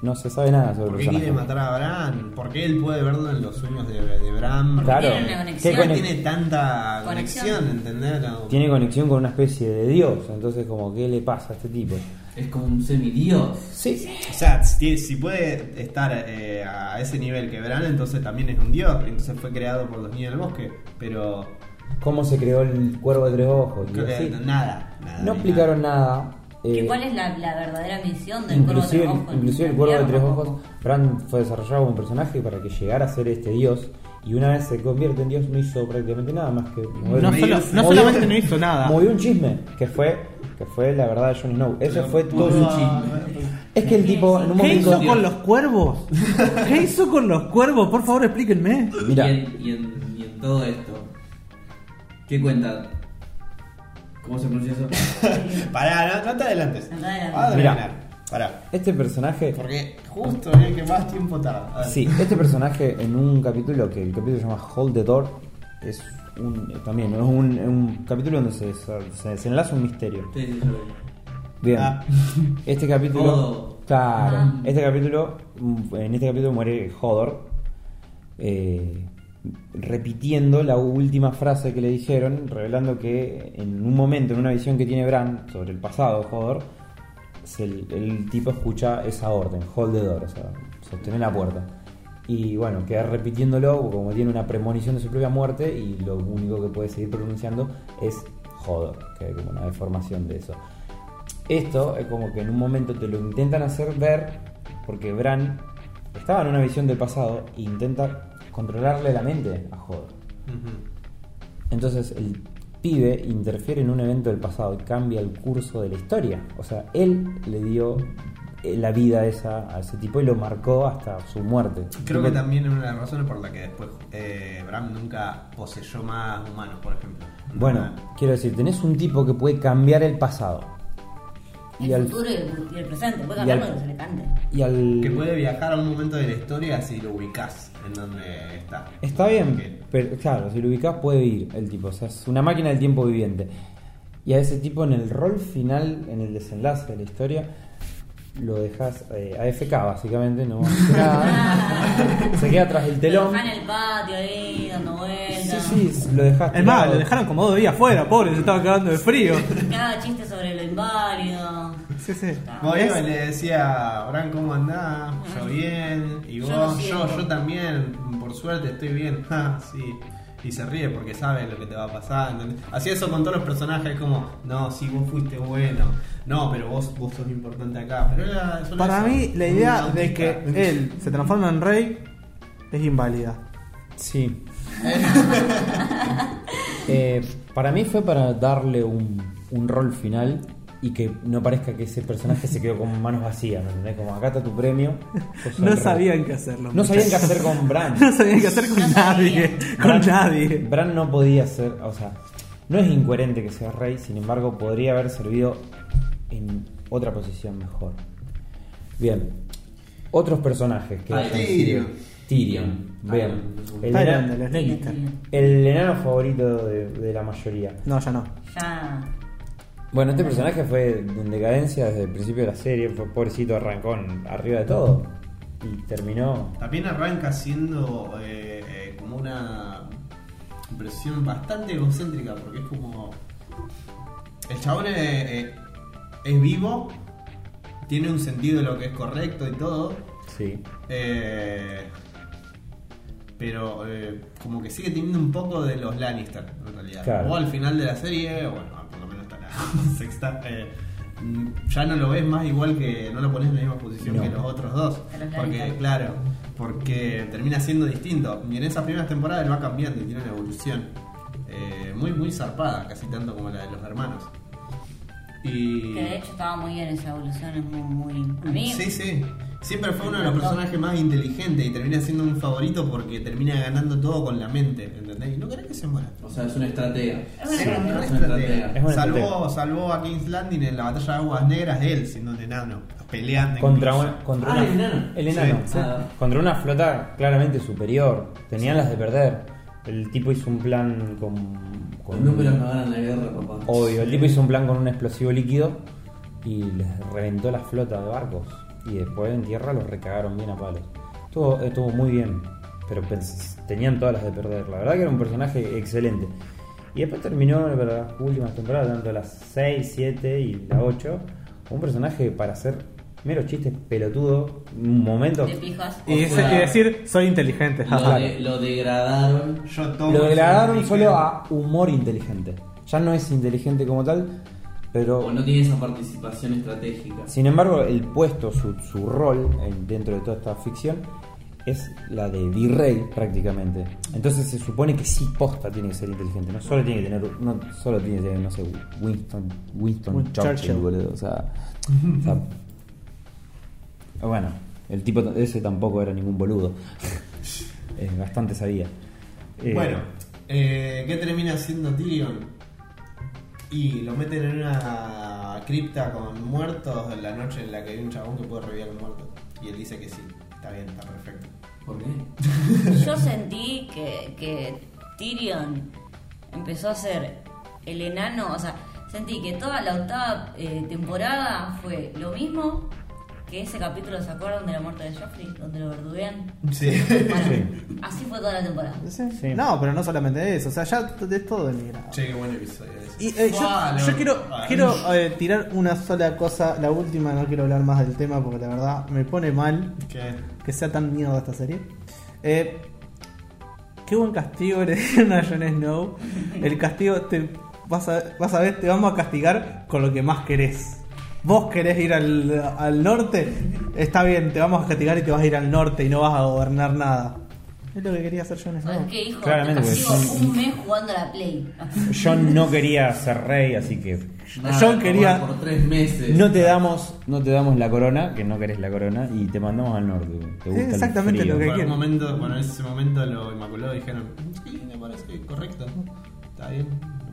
No se sabe nada sobre el
¿Por qué quiere
personaje.
matar a Bran? ¿Por qué él puede verlo en los sueños de, de Bran?
Porque
Claro.
tiene una
¿Qué
conexión.
¿Por qué
conex-
tiene tanta
Conexión.
conexión, entendés? No.
Tiene conexión con una especie de dios. Entonces, como, ¿qué le pasa a este tipo?
Es como un semidios.
Sí,
O sea, si, si puede estar eh, a ese nivel que verán, entonces también es un dios. Entonces fue creado por los niños del bosque. Pero
¿Cómo se creó el cuervo de tres ojos? Y
creo que
así.
nada, nada.
No
ni
explicaron nada.
¿Que
eh,
¿Cuál es la, la verdadera misión del cuervo de
Inclusive,
tres ojos?
inclusive el cuervo de tres
Limpiarlo.
ojos, Bran fue desarrollado como un personaje para que llegara a ser este dios. Y una vez se convierte en dios, no hizo prácticamente nada más que mover
No,
un-
solo- no
movió-
solamente no hizo nada.
Movió un chisme, que fue, que fue la verdad de Jon Snow. Eso fue todo su chisme. Es que el tipo, en un
¿Qué hizo
momento.
con los cuervos? ¿Qué hizo con los cuervos? Por favor, explíquenme.
Mira.
Y, en, y en- y en todo esto, ¿qué cuenta? ¿Cómo se pronuncia eso?
Pará, no, no te adelantes.
No te adelantes.
Vas a
Mirá.
terminar. Pará.
Este personaje.
Porque justo en el que más tiempo tarda.
Sí, este personaje en un capítulo que el capítulo se llama Hold the Door es un, también es un, un capítulo donde se, desa- se desenlaza un misterio.
Sí, sí, yo-
Bien.
Ah.
Este capítulo.
Hodor.
Claro.
Ah.
Este capítulo. mm, En este capítulo muere Hodor. eh, repitiendo la última frase que le dijeron. Revelando que en un momento, en una visión que tiene Bran sobre el pasado de Hodor. se- el, el tipo escucha esa orden, hold the door, o sea, sostener la puerta. Y bueno, queda repitiéndolo, como tiene una premonición de su propia muerte, y lo único que puede seguir pronunciando es Hodor, que hay como una deformación de eso. Esto es como que en un momento te lo intentan hacer ver porque Bran estaba en una visión del pasado e intenta controlarle la mente a Hodor. Entonces el pibe interfiere en un evento del pasado y cambia el curso de la historia. O sea, él le dio eh, la vida a, esa, a ese tipo y lo marcó hasta su muerte.
Creo
Tipo,
que también es una de las razones por la que después eh, Bram nunca poseyó más humanos, por ejemplo.
Bueno,
Nada.
quiero decir, tenés un tipo que puede cambiar el pasado.
El futuro y el, y el presente. Puede
y
cambiar
al-
cuando se le cante.
y al-
Que puede viajar a un momento de la historia si lo ubicás en donde está.
Está bien,
Que-
pero claro, si lo ubicás puede ir el tipo, o sea, es una máquina del tiempo viviente. Y a ese tipo en el rol final, en el desenlace de la historia, lo dejas eh, AFK básicamente, no hace nada. Se queda tras el telón.
Está en el patio ahí, dando
Sí,
vueltas.
sí, lo dejas.
Es más,
tirado.
lo dejaron como dos días afuera, pobre, se estaba cagando de frío.
Cada chiste sobre lo inválido.
Sí, sí.
Bueno, y le decía, Bran, ¿cómo andás? Yo bien. Y
Yo
vos,
lo
yo,
siento.
yo también. Por suerte estoy bien. Ah, sí. Y se ríe porque sabe lo que te va a pasar. ¿entendés? Así eso con todos los personajes, como, no, sí, vos fuiste bueno. No, pero vos, vos sos importante acá. Pero era solo
Para
eso,
mí, la
un
idea
autista.
de que él se transforma en rey es inválida.
Sí. Eh, para mí fue para darle un, un rol final y que no parezca que ese personaje se quedó con manos vacías, ¿me entendés? Como acá está tu premio. sos el
No
rey.
sabían qué hacerlo.
No sabían qué
muchachos.
hacer con Bran.
No sabían qué hacer con
No
nadie. Con
Bran-
nadie.
Bran no podía ser, o sea, no es incoherente que sea rey, sin embargo, podría haber servido en otra posición mejor. Bien, otros personajes que
Ah,
hayan
Tyrion.
sido- Tyrion.
Tyrion.
Bien.
Tyrion.
El,
Tyrande,
enano,
los Lannister.
el enano favorito de, de la mayoría.
No, ya no.
Ya.
Bueno, este personaje fue en decadencia desde el principio de la serie, fue pobrecito, arrancó en- arriba de todo y terminó
También arranca siendo eh, eh, como una impresión bastante egocéntrica, porque es como. El chabón es, eh, es vivo, tiene un sentido de lo que es correcto y todo,
sí,
eh, pero eh, como que sigue teniendo un poco de los Lannister, en realidad.
Claro.
O al final de la serie, bueno, por lo menos hasta la sexta, eh, mm, ya no lo ves más igual que. No lo pones en la misma posición
No.
que los otros dos.
A los
Porque,
Lannister.
claro, porque termina siendo distinto. Y en esas primeras temporadas él va cambiando y tiene una evolución. eh, muy, muy zarpada, casi tanto como la de los hermanos. Y.
Que de hecho estaba muy bien esa evolución, es muy, muy. A mí,
Sí, sí. Siempre fue uno de los personajes más inteligentes y termina siendo un favorito porque termina ganando todo con la mente, ¿entendés? Y no querés que se muera.
O sea, es una estratega.
Es una estratega.
una
Es una
estratega.
estratega.
Es una
Salvó,
estratega.
salvó a King's Landing en la batalla de Aguas Negras él, siendo un enano, peleando.
contra
incluso.
una, contra
Ah,
una-
el enano.
el enano,
Sí, ah.
contra una flota claramente superior tenían las de perder el tipo hizo un plan con,
Los
con
números no ganan la guerra, papá.
obvio el tipo hizo un plan con un explosivo líquido y les reventó la flota de barcos y después en tierra los recagaron bien a palos estuvo, estuvo muy bien pero pens- tenían todas las de perder la verdad que era un personaje excelente y después terminó la última temporada tanto las 6, 7 y la 8 un personaje para hacer meros chistes pelotudo un momento
De pijas.
Y, ese- y decir, soy inteligente.
Lo,
jaja.
de- lo degradaron.
Yo tomo
Lo
ese
degradaron
origen.
solo a humor inteligente. Ya no es inteligente como tal. Pero
O no tiene esa participación estratégica.
Sin embargo, el puesto, su, su rol en- dentro de toda esta ficción es la de virrey prácticamente. Entonces se supone que sí posta tiene que ser inteligente, no solo tiene que tener, no solo tiene que tener, no sé, Winston, Winston
Winston
Churchill,
Churchill.
boludo. O sea, o sea, ah, bueno, el tipo t- ese tampoco era ningún boludo. Eh, bastante sabía. Eh,
Bueno, eh, ¿qué termina haciendo Tyrion? Y lo meten en una cripta con muertos en la noche en la que hay un chabón que puede revivir a muertos. Y él dice que sí, está bien, está perfecto.
¿Por qué?
Yo sentí que, que Tyrion empezó a ser el enano, o sea, sentí que toda la octava eh, temporada fue lo mismo que ese capítulo, ¿se acuerdan de la muerte de Joffrey? Donde lo verduguean.
Sí.
Bueno, así fue toda la temporada.
Sí. No, pero no solamente eso, o sea, ya t- es todo denigrado.
Che, qué buen episodio ese.
Y, eh, yo,
Guau,
yo
lo-
quiero,
ah,
quiero eh, tirar una sola cosa, la última, no quiero hablar más del tema porque la verdad me pone mal
¿Qué?
que sea tan mierda esta serie. Eh, qué buen castigo le dieron a Jon Snow. El castigo te vas a, vas a ver, te vamos a castigar con lo que más querés. Vos querés ir al, al norte, está bien, te vamos a castigar y te vas a ir al norte y no vas a gobernar nada. Es lo que quería hacer Jon Snow.
¿Sabes qué, hijo?
Claramente, pues,
Te castigo
porque son-
un mes jugando a la Play.
John no quería ser rey, así que
Nada,
John quería-
Por tres meses.
No te damos, no te damos la corona, que no querés la corona, y te mandamos al norte. Te gusta el
Exactamente
frío.
lo que-
Por
quién?
un momento, bueno, en ese momento lo inmaculó y dijeron, sí, me parece correcto. Está bien,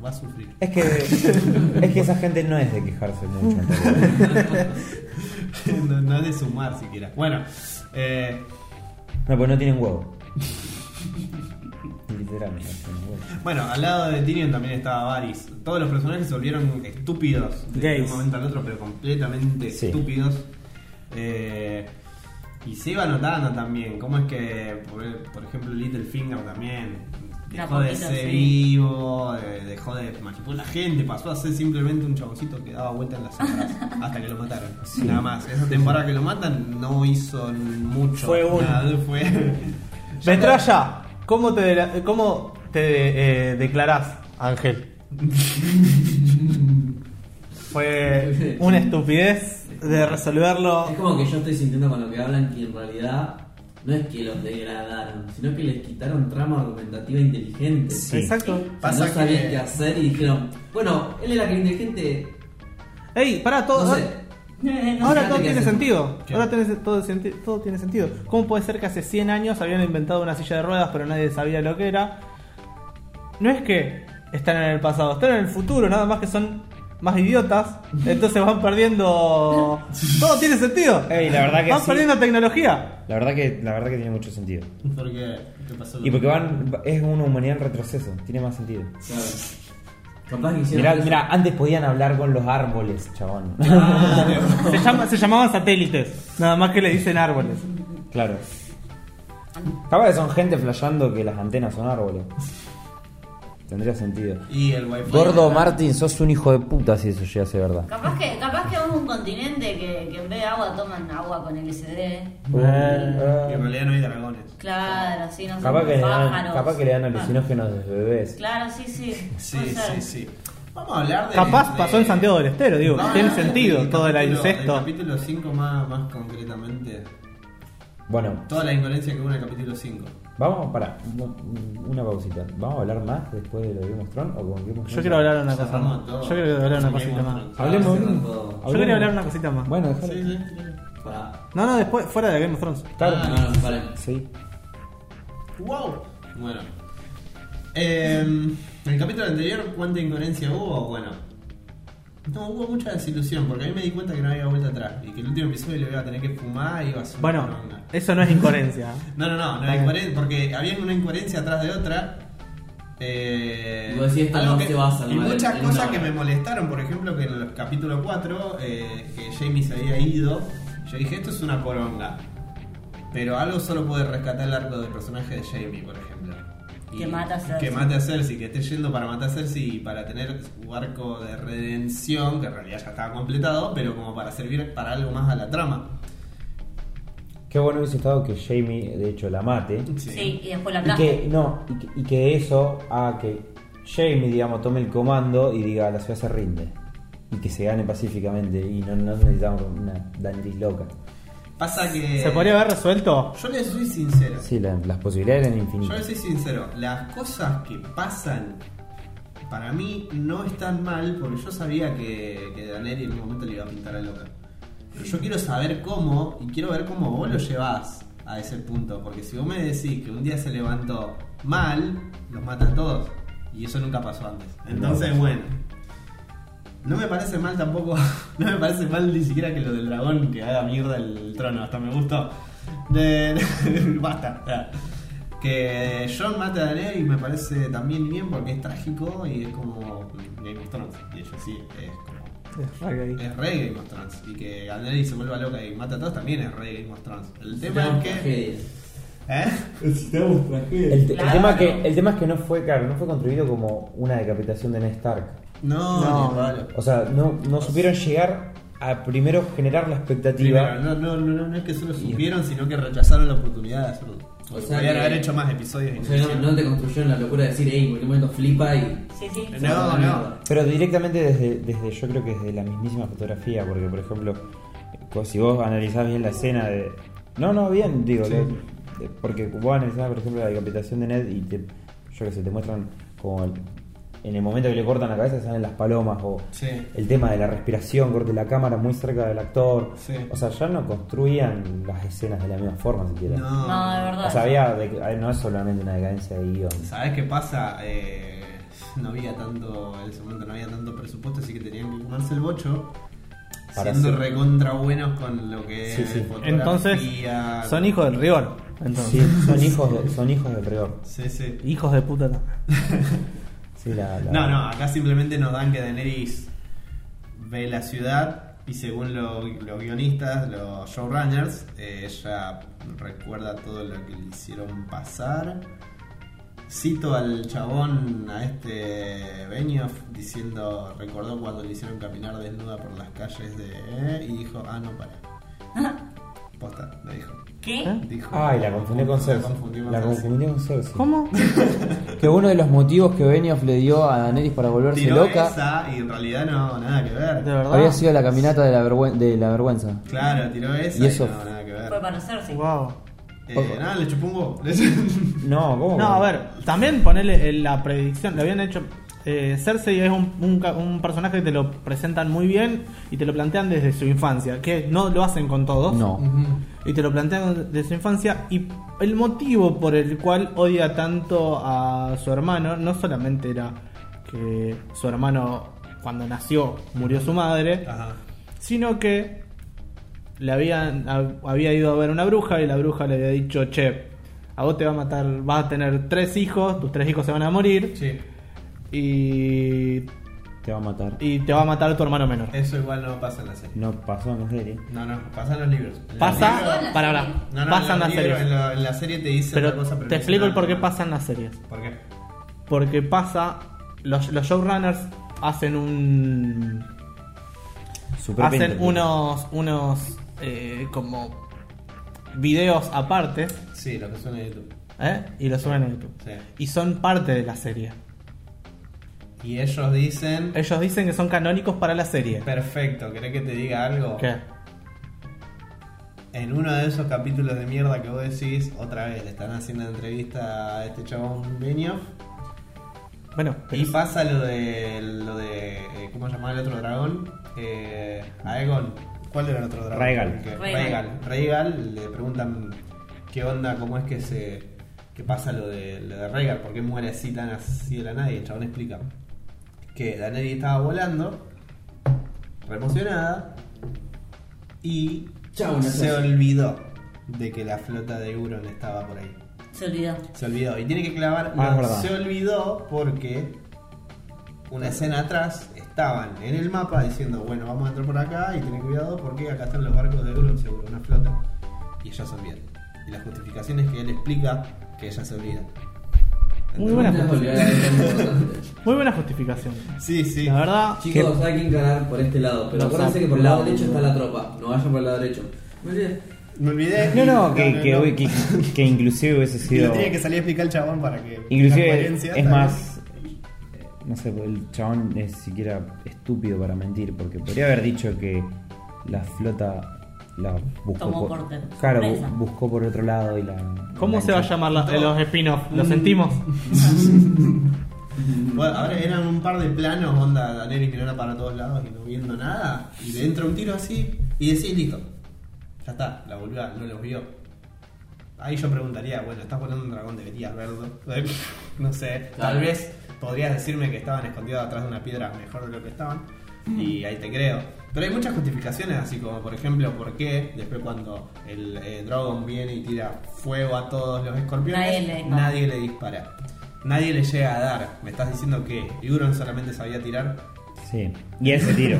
va a sufrir.
Es que, es que esa gente no es de quejarse mucho. en realidad.
no, no es de sumar siquiera. Bueno, eh,
No, pues no tienen huevo. Literalmente. no tienen huevo.
bueno, al lado de Tyrion también estaba Varys. Todos los personajes se volvieron estúpidos de
Gays.
un momento al otro, pero completamente
Sí.
estúpidos. Eh, y se iba notando también cómo es que, por, por ejemplo, Littlefinger también dejó de
poquito,
ser
sí.
vivo, eh, dejó de manipular la gente, pasó a ser simplemente un chaboncito que daba vueltas en las sombras hasta que lo mataron. Nada más. Esa temporada que lo matan no hizo mucho.
Fue un-
Nada, fue
Metralla, ¿cómo te, dela- cómo te eh, declarás, Ángel? Fue una estupidez de resolverlo.
Es como que yo estoy sintiendo con lo que hablan que en realidad no es que los degradaron, sino que les quitaron trama argumentativa inteligente.
Sí.
Exacto.
O sea,
Pasa
no sabían
que-
qué hacer y dijeron, bueno, él era que inteligente.
Ey, pará, todo. ah,
No sé.
Ahora
Fíjate
todo
que
tiene
hace-
sentido.
¿Qué?
Ahora tiene- todo, senti- todo tiene sentido. ¿Cómo puede ser que hace 100 años habían inventado una silla de ruedas pero nadie sabía lo que era? No es que están en el pasado, están en el futuro, nada más que son más idiotas. Entonces van perdiendo... todo tiene sentido.
Ey, la verdad que
van
sí.
perdiendo tecnología.
La verdad que, la verdad que tiene mucho sentido.
Porque, ¿qué pasó?
Y porque van, es una humanidad en retroceso, tiene más sentido.
Claro. Capaz que hicieron.
Mirá,
eso.
mirá, antes podían hablar con los árboles, chabón.
Se, llama- se llamaban satélites, nada más que le dicen árboles.
claro. Capaz que son gente flasheando que las antenas son árboles. Tendría sentido.
Y el wifi.
Gordo Martin, sos un hijo de puta si eso llega a ser verdad.
Capaz que, capaz que vamos a un continente que, que en vez de agua toman agua con LSD.
Y en realidad no hay dragones.
Claro, sí, no sé.
eh, capaz, que le dan,
pájaros.
capaz que le dan alucinógenos desde bebés.
Claro, sí, sí.
Sí,
Puede ser.
sí, sí. Vamos a hablar de.
Capaz
de-
pasó en Santiago del Estero, digo,
Vamos a
tiene
hablar del
sentido todo el
capítulo-
incesto.
del capítulo 5 más, más concretamente.
Bueno,
Toda la incoherencia que hubo en el capítulo 5.
vamos, para, una pausita. ¿Vamos a hablar más después de lo de Game of Thrones o con Game of Thrones?
Yo quiero hablar una cosa
Cerramos
más.
todo.
Yo quiero hablar una
Game of
cosita más.
Thrones.
Hablemos,
Ah,
hablemos.
cerramos todo.
Yo quería hablar una cosita más.
Bueno, déjalo.
Sí, sí, sí. Ah,
Para.
No, no, después, fuera de Game of Thrones.
Claro.
Ah, no, no, para.
Sí.
¡Wow! Bueno. Em, en el capítulo anterior, ¿cuánta incoherencia hubo? Bueno. No, hubo mucha desilusión, porque a mí me di cuenta que no había vuelta atrás. Y que el último episodio le iba a tener que fumar y iba a ser una
Bueno,
poronga.
eso no es incoherencia.
No, no, no, no
Está
hay
bien.
incoheren- porque había una incoherencia atrás de otra. Eh,
Y vos decís, esta
algo
no
que-
se va a salvar
Y muchas
en una
cosas
hora.
que me molestaron, por ejemplo, que en el capítulo 4, eh, que Jamie se había ido, yo dije, esto es una poronga. Pero algo solo puede rescatar el arco del personaje de Jamie, por ejemplo.
Que mata a Cersei.
Que mate a Cersei, que esté yendo para matar a Cersei y para tener su arco de redención, que en realidad ya estaba completado, pero como para servir para algo más a la trama.
Qué bueno hubiese estado que Jamie, de hecho, la mate.
Sí, y después la
Y
plata.
que, no, y que, y que eso haga que Jamie, digamos, tome el comando y diga, la ciudad se rinde. y que se gane pacíficamente y no, no necesitamos una Daenerys loca.
Pasa que.
¿Se podría haber resuelto?
Yo les soy sincero.
Sí, la- las posibilidades eran
Yo les
infinitas.
soy sincero. Las cosas que pasan. Para mí no están mal porque yo sabía que, que Daneri en un momento le iba a pintar a loca. Pero yo quiero saber cómo y quiero ver cómo vos lo llevás a ese punto. Porque si vos me decís que un día se levantó mal, los mata a todos. Y eso nunca pasó antes. Entonces,
No.
bueno. No me parece mal tampoco. No me parece mal ni siquiera que lo del dragón que haga mierda el trono. Hasta me gustó. De- basta. ya. Que John mate a Daenerys me parece también bien porque es trágico y es como Game of Thrones. Y eso sí, es como es rey Game of Thrones. Y que Daenerys se vuelva loca y mata a todos también es rey Game of Thrones. El tema es que. ¿Eh?
Necesitamos tragedia.
El, te- el
Claro.
tema que, el tema es que no fue, claro, no fue construido como una decapitación de Ned Stark.
No,
No.
no, no.
O sea, no, no supieron llegar a primero generar la expectativa.
Primero, no, no, no, no es que solo supieron, sino que rechazaron la oportunidad de hacerlo.
O
O
sea
sea, podrían
que-
haber hecho más episodios.
O sea, no, no te construyeron la locura de decir, hey, en cualquier momento flipa y.
Sí, sí.
se va a
No,
la
no.
mierda".
Pero directamente desde, desde, yo creo que desde la mismísima fotografía, porque por ejemplo, co- si vos analizás bien la escena de... No, no, bien, digo, lo- de- porque vos analizás por ejemplo la decapitación de Ned y te, yo qué sé, te muestran como el- en el momento que le cortan la cabeza salen las palomas o
Sí.
el tema de la respiración, corte la cámara muy cerca del actor.
Sí.
O sea, ya no construían las escenas de la misma forma siquiera.
No.
No, de verdad.
O sea, había de- eh, no es solamente una decadencia de guión.
¿Sabes qué pasa? Eh, no había tanto, en ese momento no había tanto presupuesto, así que tenían que comerse el bocho.
Para
siendo
hacer-
recontra buenos con lo que
Sí,
es
sí.
fotografía.
Entonces, son hijos del rigor.
Sí,
Entonces,
son hijos de, son hijos de peor.
Sí, sí.
hijos de puta. no.
Sí, la- la-
No, no, acá simplemente nos dan que Daenerys ve la ciudad y según lo- los guionistas, los showrunners, eh, ella recuerda todo lo que le hicieron pasar. Cito al chabón, a este Benioff, diciendo, recordó cuando le hicieron caminar desnuda por las calles de... ¿eh? y dijo, ah, no, para. Posta, lo dijo.
¿Qué?
dijo
Ay, la confundí con Cersei.
confundí con
La
Cersei.
confundí con Cersei.
¿Cómo?
Que uno de los motivos que Benioff le dio a Daenerys para volverse
Tiró
loca
esa y en realidad no, nada que
¿De
ver.
verdad?
había sido la caminata de la, vergüen- de la vergüenza.
Claro, tiró esa
Y
y,
eso
no, nada que ver.
Fue para Cersei.
Wow.
Eh, nada, le chupó un huevo.
No, ¿cómo?
No, a ver, también ponerle la predicción, lo habían hecho. eh, Cersei es un, un ca- un personaje que te lo presentan muy bien y te lo plantean desde su infancia, que no lo hacen con todos.
No.
Y te lo plantean desde su infancia y el motivo por el cual odia tanto a su hermano no solamente era que su hermano cuando nació murió su madre,
Ajá.
sino que le habían hab- había ido a ver una bruja y la bruja le había dicho, "Che, a vos te va a matar, vas a tener tres hijos, tus tres hijos se van a morir
Sí.
y
Te va a matar.
y te va a matar tu hermano menor."
Eso igual no pasa en la serie.
No pasó en la serie.
No, no, pasa en los libros. En
Pasa
los libros-
la
para
serie.
para-
No, no,
pasa en las
en, los libros,
series.
en la- en la serie te dice
Pero
otra cosa.
te
no
explico el
es
por qué
nada.
pasa en las series.
¿Por qué?
Porque pasa. Los, los showrunners hacen un.
Su propia
Hacen
interpretación.
unos. unos. eh, como. videos aparte.
Sí, lo que suena en YouTube.
¿eh? Y los suben a YouTube.
Sí.
Y son parte de la serie.
Y ellos dicen.
Ellos dicen que son canónicos para la serie.
Perfecto, ¿querés que te diga algo?
¿Qué?
En uno de esos capítulos de mierda que vos decís, otra vez le están haciendo entrevista a este chabón Benioff.
Bueno,
Y
pero-
pasa lo de. Lo de eh, ¿Cómo llamaba el otro dragón? Eh, Aegon. ¿Cuál era el otro dragón?
Rhaegal.
Que-
Rhaegal.
Rhaegal. Rhaegal, le preguntan qué onda, cómo es que se. que pasa lo de, lo de Rhaegal, por qué muere así tan así de la nadie. El chabón explica que Daenerys estaba volando, re emocionada, y
Chau, una
se
clase.
olvidó de que la flota de Euron estaba por ahí.
Se olvidó.
Se olvidó. Y tiene que clavar.
Ah, es
no,
verdad.
se olvidó porque una escena atrás estaban en el mapa diciendo, bueno, vamos a entrar por acá y ten cuidado porque acá están los barcos de Euron seguro, una flota. Y ella se olvida. Y la justificación es que él explica que ella se olvida.
Muy buena
Nunca volverá a
justificación.
ver algo importante.
Muy buena justificación.
Sí, sí.
La verdad.
Chicos, hay que encarar por este lado, pero
No,
acuérdense
no,
que por el lado
no.
derecho está la tropa, no vayan por el lado derecho. Muy bien.
Me olvidé.
No, no, que, que,
no.
que, que inclusive hubiese
Y lo
sido.
tenía que salir a explicar el chabón para que. la
Inclusive
coherencia, tal
es
vez.
más. No sé, el chabón es siquiera estúpido para mentir, porque podría haber dicho que la flota la buscó
Tomó
por,
por ter-
claro,
sorpresa.
bu- buscó por otro lado y la.
¿Cómo
la
se va a
encontró.
llamar la- eh, los spin-offs? ¿Lo sentimos?
Bueno, ahora eran un par de planos, onda Daenerys mirando para todos lados y no viendo nada. Y le entra un tiro así y decís, listo. Ya está, la boluda no los vio. Ahí yo preguntaría, bueno, estás volando un dragón, deberías verlo. No sé,
Claro.
tal vez podrías decirme que estaban escondidos atrás de una piedra mejor de lo que estaban. Y ahí te creo. Pero hay muchas justificaciones, así como por ejemplo, por qué después cuando el eh, Dragon viene y tira fuego a todos los escorpiones,
Nadie le dispara.
nadie le dispara. Nadie le llega a dar. Me estás diciendo que Euron solamente sabía tirar.
Sí, y ese tiro.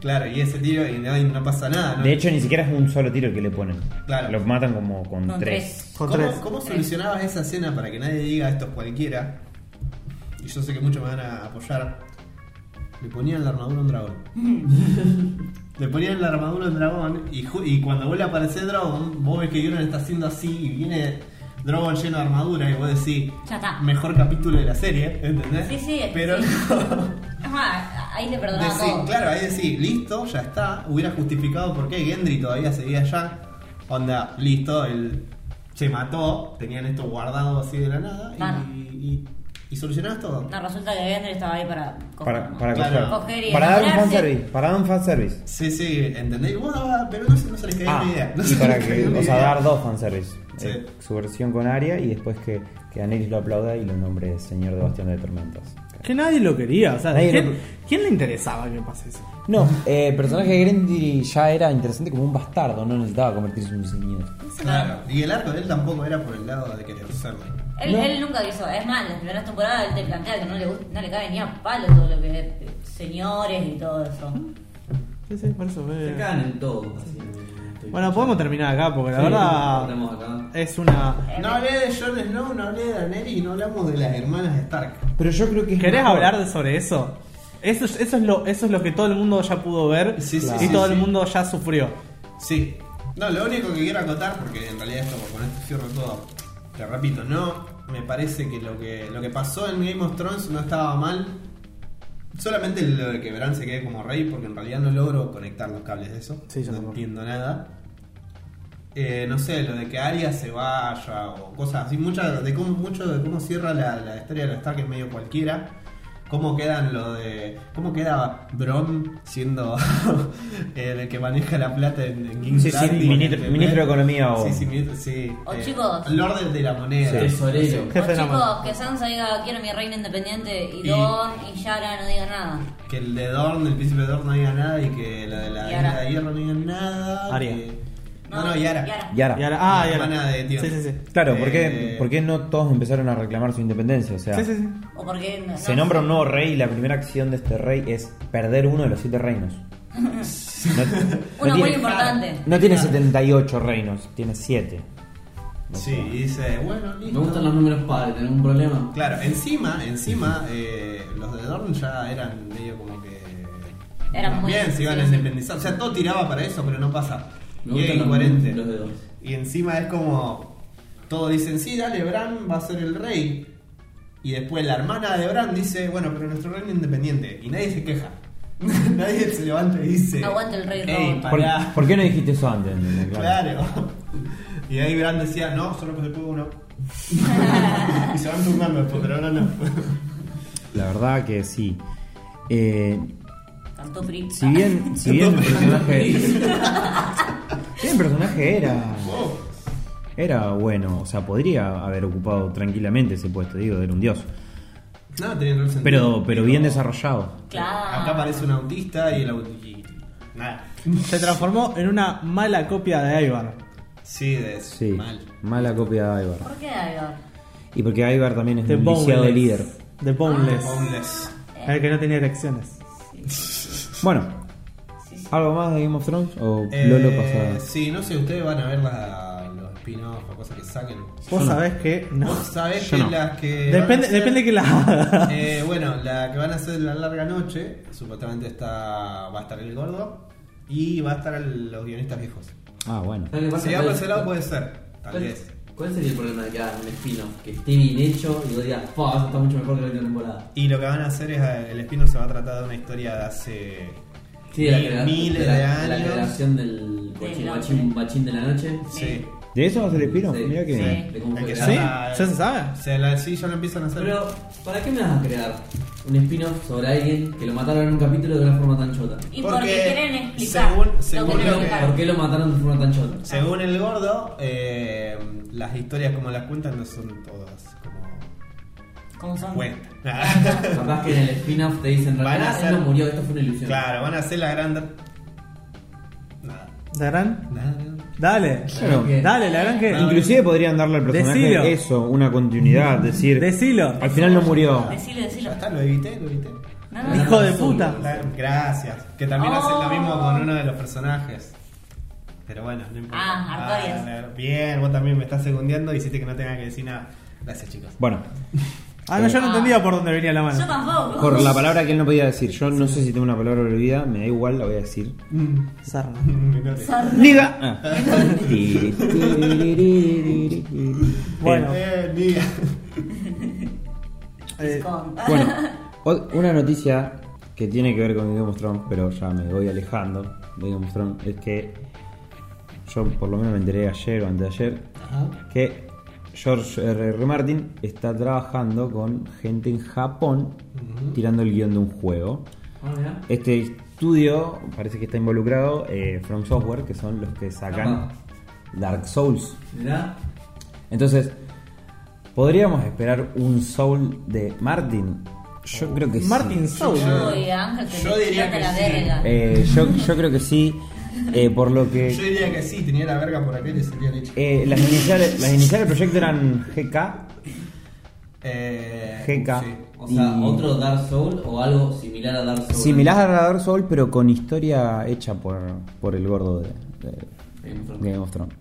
Claro, y ese tiro y no, y no pasa nada. ¿no?
De hecho, ni siquiera es un solo tiro el que le ponen.
Claro.
Los matan como con,
Con
tres.
tres.
Con
¿Cómo,
tres.
¿Cómo solucionabas esa escena para que nadie diga esto es cualquiera? Y yo sé que muchos me van a apoyar. Le ponían la armadura a un dragón. Le ponían la armadura a un dragón y, ju- y cuando vuelve a aparecer Dragon, vos ves que Euron está haciendo así y viene Dragon lleno de armadura y vos decís,
Ya está.
mejor capítulo de la serie, ¿entendés?
Sí, sí,
Pero
sí.
no.
Es más, ahí le perdonaba
Decí-
todo.
claro, ahí decís, listo, ya está. Hubiera justificado por qué Gendry todavía seguía allá. Onda, listo, él se mató, tenían esto guardado así de la nada y,
Claro.
y, y solucionabas todo.
No, resulta que Gendry estaba ahí para coger.
Para, para,
Claro.
coger.
Coger y
para dar un
enamorarse.
fanservice. Para dar un fanservice.
Sí, sí, ¿entendés? Y vos daba- pero no, se- no se les caía
Ah,
ni idea. No
y
se
para
les
que,
caía ni
o sea,
idea.
dar dos fanservice.
Sí.
Eh, su versión con Aria y después que, que Daenerys lo aplauda y lo nombre señor de Bastión de Tormentas.
Que nadie lo quería, o sea,
Nadie
¿quién,
lo-
quién le interesaba que pase eso?
No, eh, el personaje de Grendy ya era interesante como un bastardo, no necesitaba convertirse en un señor.
Claro, y el arco de él tampoco era por el lado de querer serlo.
Él, él nunca quiso. Es más, en las primeras temporadas él te plantea que no le, gust- no le cabe ni a palo todo lo que es eh, señores y todo eso.
Sí, sí, por eso. eh.
Se cagan en todo. así, estoy
Bueno, podemos terminar acá porque la
Sí,
verdad
terminamos acá.
es una.
No hablé de Jon Snow, no hablé de Daenerys y no hablamos de las hermanas Stark.
Pero yo creo que es
¿Querés
mejor.
hablar de- sobre eso? Eso, es- eso, es lo, eso es lo que todo el mundo ya pudo ver
Sí, sí,
y
sí,
todo
sí.
el mundo ya sufrió.
Sí. No, lo único que quiero acotar, porque en realidad esto con esto cierro todo. Te repito, no me parece que lo que lo que pasó en Game of Thrones no estaba mal. Solamente lo de que Bran se quede como rey, porque en realidad no logro conectar los cables de eso.
Sí, yo
no
tampoco.
entiendo nada. Eh, no sé, lo de que Arya se vaya o cosas así. Mucha, de cómo, mucho de cómo cierra la, la historia de los Stark es medio cualquiera. Cómo quedan lo de. ¿Cómo queda Bron siendo el que maneja la plata en, en King's
Sí, sí,
Landing,
ministro-
¿entendés?
ministro de Economía o-
Sí, sí, ministro, sí.
O Oh, chicos.
Lord de la moneda.
Sí.
Tesorero.
Jefe
O
de la
Pues, chicos,
mano.
que Sansa diga quiero mi reina independiente y,
Y-
Don y Yara no digan nada.
Que el de Dorn, el príncipe de Dorn no diga nada y que la de la
Y ahora.
Isla de hierro no diga nada.
Arya.
que- No, no, y ahora.
Yara.
Y ahora.
Y ahora- ah,
La
y ahora-
hermana de Tyrion.
Sí, sí, sí.
Claro, ¿por qué,
Eh,
por qué no todos empezaron a reclamar su independencia? O sea,
Sí, sí, sí.
O porque no-
se
no-
nombra un nuevo rey y la primera acción de este rey es perder uno de los siete reinos. No-
Uno muy
tiene,
importante.
no tiene 78 reinos, tiene 7.
Sí, y dice, bueno, listo.
Me gustan los números pares, ¿tenés un problema?
Claro, encima, encima, eh, los de Dorn ya eran medio como que.
Eran muy-
Bien, se iban a
sí, sí.
independizar. O sea, todo tiraba para eso, pero no pasa.
Me
Y es
gustan los,
incoherente.
números de dos.
Y encima es como. Todos dicen, sí, dale, Bran va a ser el rey. Y después la hermana de Bran dice, bueno, pero nuestro reino es independiente. Y nadie se queja. nadie se levanta y dice.
Aguante el rey
"Ey,
Robert".
pará".
¿Por, por qué no dijiste eso antes?
Claro. Y ahí Bran decía, no, solo se puede uno. y se van turnando después, pero ahora no.
La verdad que sí. Eh,
Cantó Fritz.
si bien, si bien el personaje. si bien el personaje era.
Wow.
Era bueno, o sea, podría haber ocupado tranquilamente ese puesto, digo, era un dios.
No, tenía todo el sentido.
Pero, pero bien desarrollado.
Claro.
Acá aparece un autista y el autista. Nada.
Se transformó en una mala copia de Ivar.
Sí, de
Sí,
mal.
mala copia de Ivar.
¿Por qué Ivar?
Y porque Ivar también es
De
un viciado
Boneless.
líder.
De Boneless.
Ah, Homeless.
El que no tenía elecciones.
Bueno,
Sí, sí.
¿algo más de Game of Thrones o
Eh,
Lolo pasa?
Sí, no sé, ustedes van a ver la- los spin-offs o cosas que saquen.
Vos sabés que no.
Vos sabés
yo
que
no.
las que. van a
Depende,
hacer-
depende que la haga.
Eh, bueno, la que van a hacer la larga noche, supuestamente está va a estar el gordo y va a estar el- los guionistas viejos.
Ah, bueno.
¿Sabés qué pasa?
Si va por
Puede-
ese lado puede ser, tal
puede-
vez.
¿Cuál sería el problema de que hagan un spin-off que esté bien hecho y vos digas, "Fua, eso está mucho mejor que la última temporada?
Y lo que van a hacer es, eh, el spin-off se va a tratar de una historia de hace
Sí, de la,
mil-
crea-
miles
de la,
de
de la
años.
creación del
Del
cochín,
hombre.
guachín, bachín de la noche.
Sí.
¿De eso va a ser spin
Sí,
Mira que.
sí.
De cómo
El
fue
que
¿Sí?
creada.
Ah,
¿Ya se sabe?
Se la, sí, ya lo empiezan a hacer.
Pero, ¿para qué me vas a crear un spin-off sobre alguien que lo mataron en un capítulo de una forma tan chota?
Y
Porque
porque, quieren explicar
según-
lo
según
¿Por
que
qué,
no
lo,
creo que-
explicaron.
por qué lo mataron de forma tan chota?
Según el gordo, eh, las historias como las cuentan no son todas como
Como son.
Ah.
cuentan.
Capaz que en el spin-off te dicen,
Van a
"Realmente
hacer-
él no murió, esto fue una ilusión.
claro, van a hacer la gran... Nada.
¿La gran?
Nada.
Dale.
Claro.
Dale, la gran que.
No,
Inclusive podrían darle al personaje
Decilo.
eso, una continuidad, decir.
Decilo.
Al final no murió.
Decilo,
Ya
decilo.
está, lo evité, lo evité.
No, no,
Hijo de puta.
La- Gracias. Que también
Oh.
hacen lo mismo con uno de los personajes. Pero bueno, no importa.
Ah, Artorias.
la- bien, vos también me estás segundeando y hiciste que no tenga que decir nada. Gracias, chicos.
Bueno,
Ah, no, yo no
Ah.
entendía por dónde venía la
no. Yo
mano.
tampoco.
por la palabra que él no podía decir. Yo no sé si tengo una palabra olvidada, me da igual, la voy a decir. Ah.
Sarna.
¡Niga!
Bueno,
Eh, ni-
eh,
Con-
Bueno, o- una noticia que tiene que ver con Game of Thrones, pero ya me voy alejando de Game of Thrones, es que yo por lo menos me enteré ayer o antes de ayer que George R. Martin está trabajando con gente en Japón tirando el guión de un juego.
Ah, mirá.
Este estudio parece que está involucrado eh, From Software, que son los que sacan
Ajá.
Dark Souls.
Mirá.
Entonces, ¿podríamos esperar un Soul de Martin? Yo creo que sí.
Martin Soul.
Uy, Ángel, te
Yo diría
tiraste
que
la
sí.
verga.
Eh, yo, yo creo que sí, eh, por lo
Yo
que...
diría que sí, tenía la verga por acá y le salía leche.
eh, las, iniciales, las iniciales del proyecto eran GK,
Eh,
GK.
sí.
O sea,
y-
otro Dark Soul o algo similar a Dark Soul.
Similar a Radar Soul, pero con historia hecha por, por el gordo de, de
Game of Thrones.
Game of Thrones.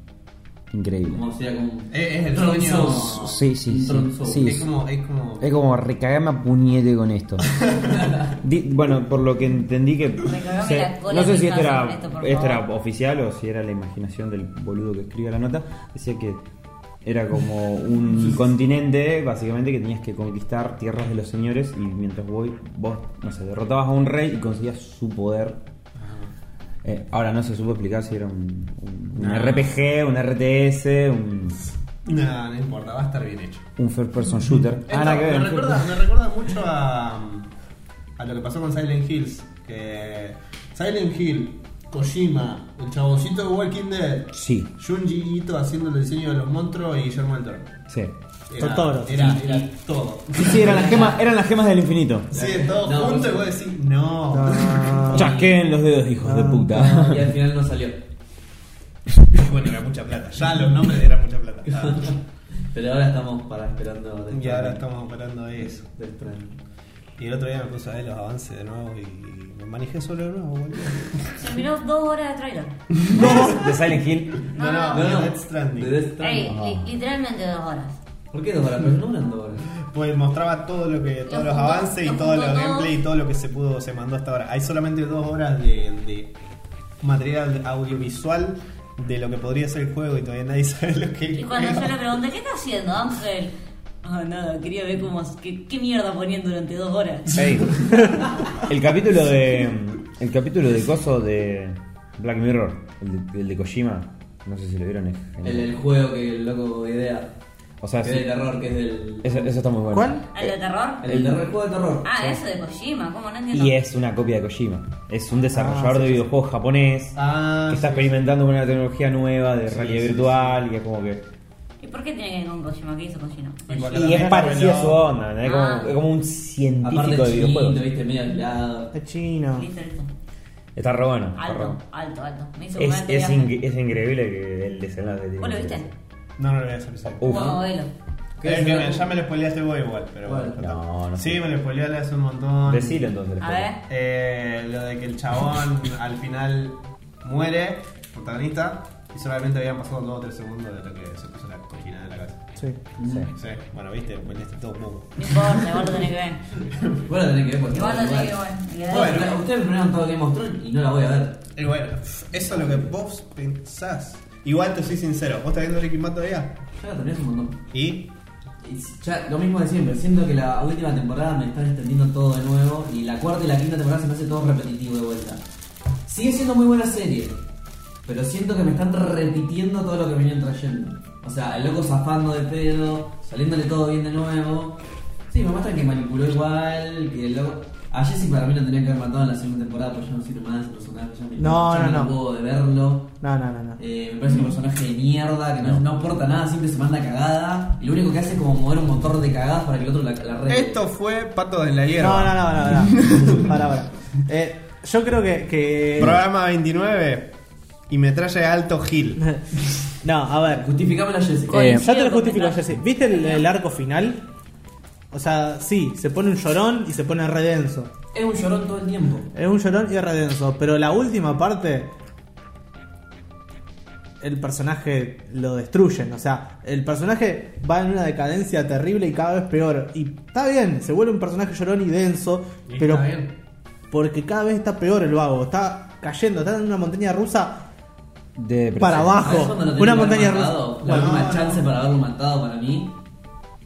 Increíble.
Como sea como un-
Eh, es el
Dark
sueño.
Souls.
Sí, sí, sí,
Dark Souls.
sí.
Es como, es como.
Es como recagarme a puñete con esto. Di- bueno, por lo que entendí que...
Recagame
se-
la cola
no sé si
picada
esto era,
con esto, por
esto era
favor.
oficial o si era la imaginación del boludo que escribe la nota. Decía que era como un continente, básicamente, que tenías que conquistar tierras de los señores y mientras vos, vos no sé, derrotabas a un rey y conseguías su poder. Eh, ahora no se supo explicar si era un, un- un RPG, un RTS, un,
No, no importa, va a estar bien hecho.
un first person shooter. Ah, nada que ver,
me,
un first
recuerda,
person-
me recuerda mucho a, a lo que pasó con Silent Hills. Que Silent Hill, Kojima, el chaboncito de Walking Dead,
Sí,
Junji Ito haciendo el diseño de los monstruos y Guillermo del Toro.
sí.
Era,
Totoro.
Era, era todo.
Sí, sí, eran las gemas, eran las gemas del infinito.
Sí, todo
No,
junto
sí.
y vos decís, no.
Ah,
Chasqueen los dedos, hijos de
Ah,
puta.
Ah, Y al final no salió.
Bueno, era mucha plata. Ya los nombres eran mucha plata. Ah.
Pero ahora estamos para esperando. Death
y ahora
Stranding.
estamos operando eso.
Death Stranding.
Y el otro día me puse a ver los avances de nuevo y me manejé solo de nuevo, boludo.
Se miró dos horas de trailer.
De Silent Hill.
No, no,
No, no,
Ah, de Death Stranding.
de Death
Ey,
Stranding.
li- literalmente dos horas.
¿Por qué dos horas? Pero no duran dos horas.
Pues mostraba todo lo que, todos
Lo
los
juntó,
avances y
lo
todo
juntó
los
todo.
gameplay y todo lo que se pudo, se mandó hasta ahora. Hay solamente dos horas de, de material audiovisual de lo que podría ser el juego y todavía nadie sabe lo que
Y cuando yo le pregunté, ¿qué está haciendo, Ángel? Ah, nada, quería ver cómo, qué, qué mierda ponían durante dos horas.
El capítulo de. El capítulo de Coso de Black Mirror, el de, el de Kojima. No sé si lo vieron. es genial.
El, el juego que el loco idea.
O sea,
que
Ah, sí.
es de terror, que es del.
Eso, eso está muy bueno.
¿Cuál?
¿A lo de terror?
El, terror, el juego de terror.
Ah, eso de Kojima, ¿cómo no entiendo?
Y es una copia de Kojima. Es un desarrollador
Ah, sí,
de
sí,
videojuegos japonés
Ah,
que está
sí,
experimentando con una tecnología nueva de
Sí,
realidad
sí,
virtual y es como que.
¿Y por qué tiene que ver con Kojima? ¿Qué hizo Kojima?
Igual.
Y es
Claramente
parecido a su
no.
onda, ¿no? es,
Ah.
como, es como un Ah, científico
Aparte
de
de
videojuegos.
chiquito, viste, medio aislado.
Es chino.
Listo, listo.
Está re bueno. está re
Alto,
bueno.
alto, alto. Me hizo
Es,
acordar de
es,
Ángel.
inc- es increíble que el desenlace tiene
¿Vos lo
que
viste?
ser.
No, no lo voy a hacer. pensar.
Uf.
Guau, velo.
¿Qué
Eh,
es
que
el-
me- ya me lo spoileaste vos igual, pero
Bueno.
bueno. total.
No, no
Sí,
sé.
me lo spoileaste hace un montón.
Decilo entonces.
A
después.
ver.
Eh, lo de que el chabón al final muere, protagonista, y solamente habían pasado 2 o 3 segundos de lo que se puso la cojina de la casa.
Sí.
Sí.
Sí, bueno, viste, este spoileaste todo un poco.
No importa, igual lo tenés que ver.
Vos la tenés que ver porque.
Igual lo eh. tenés que
Bueno,
ver.
Bueno.
Eh,
ustedes me han todo Game of Thrones y no la voy a ver.
Y bueno, eso es lo que vos pensás. Igual te soy sincero, ¿vos estás viendo Breaking Bad todavía?
Ya la tenés un montón.
¿Y?
Y si- ya, lo mismo de siempre, siento que la última temporada me están extendiendo todo de nuevo y la cuarta y la quinta temporada se me hace todo repetitivo de vuelta. Sigue siendo muy buena serie, pero siento que me están repitiendo todo lo que venían trayendo. O sea, el loco zafando de pedo, saliéndole todo bien de nuevo. Sí, me muestran que manipuló igual, que el loco... A Jesse para mí lo tenían que haber matado en la segunda temporada porque yo no sirve más ese personaje, ya me-
No,
ya
no,
me
no.
puedo de verlo.
No, no, no, no.
Eh, me parece un personaje de mierda que no, no aporta nada, siempre se manda cagada. Y lo único que hace es como mover un motor de cagadas para que el otro la, la arregle.
Esto fue Patos en la Hierba.
No, no, no, no, no. Pará, pará. Eh, yo creo que.
Eh,
que...
Programa 29 y me trae alto Gil.
No, a ver.
Justificame la Jessica. Eh,
Coincido
ya te lo
con
justifico,
Mendoza.
Jesse. ¿Viste el, el arco final? O sea, sí, se pone un llorón y se pone redenso.
Es un llorón todo el tiempo.
Es un llorón y es redenso. Pero la última parte. El personaje lo destruyen. O sea, el personaje va en una decadencia terrible y cada vez peor. Y está bien, se vuelve un personaje llorón y denso.
Y
pero
está bien.
porque cada vez está peor el vago. Está cayendo, está en una montaña rusa
De
para
¿Sabés
abajo.
cuándo lo tenía
Una
que haber
montaña rusa. Ah.
matado? La
Bueno,
última
no,
chance para haberlo matado para mí.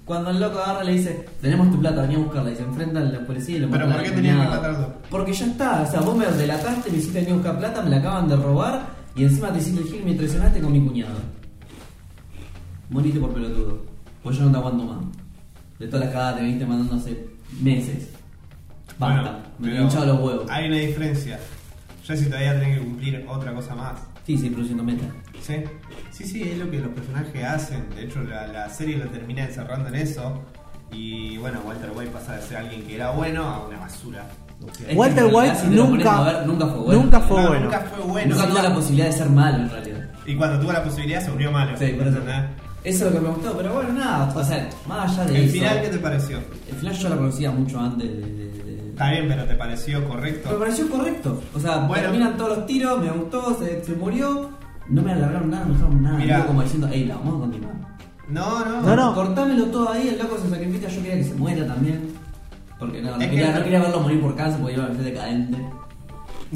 Cuando el loco agarra y le dice, tenemos tu plata, vení a buscarla. Y se enfrenta a la policía y lo
¿Pero
matan
por qué
a
tenían que
puñado.
matarlo?
Porque ya está, o sea, vos me delataste, me hiciste venir a buscar plata, me la acaban de robar. Y encima te hiciste el gil y me traicionaste con mi cuñado. Moriste por pelotudo. Pues yo no te aguanto más. De todas las cagadas que veniste mandando hace meses. Basta,
Bueno,
me he
pero
hinchado los huevos.
Hay una diferencia. Yo si todavía tenés que cumplir otra cosa más.
Sí, sí, produciendo meta.
¿Sí? Sí, sí, es lo que los personajes hacen. De hecho, la, la serie lo termina encerrando en eso. Y bueno, Walter White pasa de ser alguien que era bueno a una basura.
Es que
Walter
en realidad,
White
si te lo pones
nunca-
a ver, nunca fue bueno.
nunca fue
No,
bueno.
Nunca fue bueno.
Nunca tuvo la posibilidad de ser malo en realidad.
Y cuando tuvo la posibilidad se volvió malo.
Sí, por eso.
¿Entendés?
Eso es lo que me gustó, pero bueno, nada, o sea, más allá de
Ah. ¿El
eso.
final qué te pareció?
El final yo lo conocía mucho antes de. de- de-
Está bien, pero ¿te pareció
Me
correcto?
pareció correcto. O sea,
Bueno.
terminan todos los tiros, me gustó, se, se murió. No me alargaron nada, no dejaron nada.
Mirá.
Yo como diciendo, hey, la vamos a continuar.
No, no.
No, no.
Cortámelo todo ahí, el loco se sacrifica, yo quería que se muera también. Porque no, no,
Es que-
quería, no quería verlo morir por cáncer porque iba a ser decadente.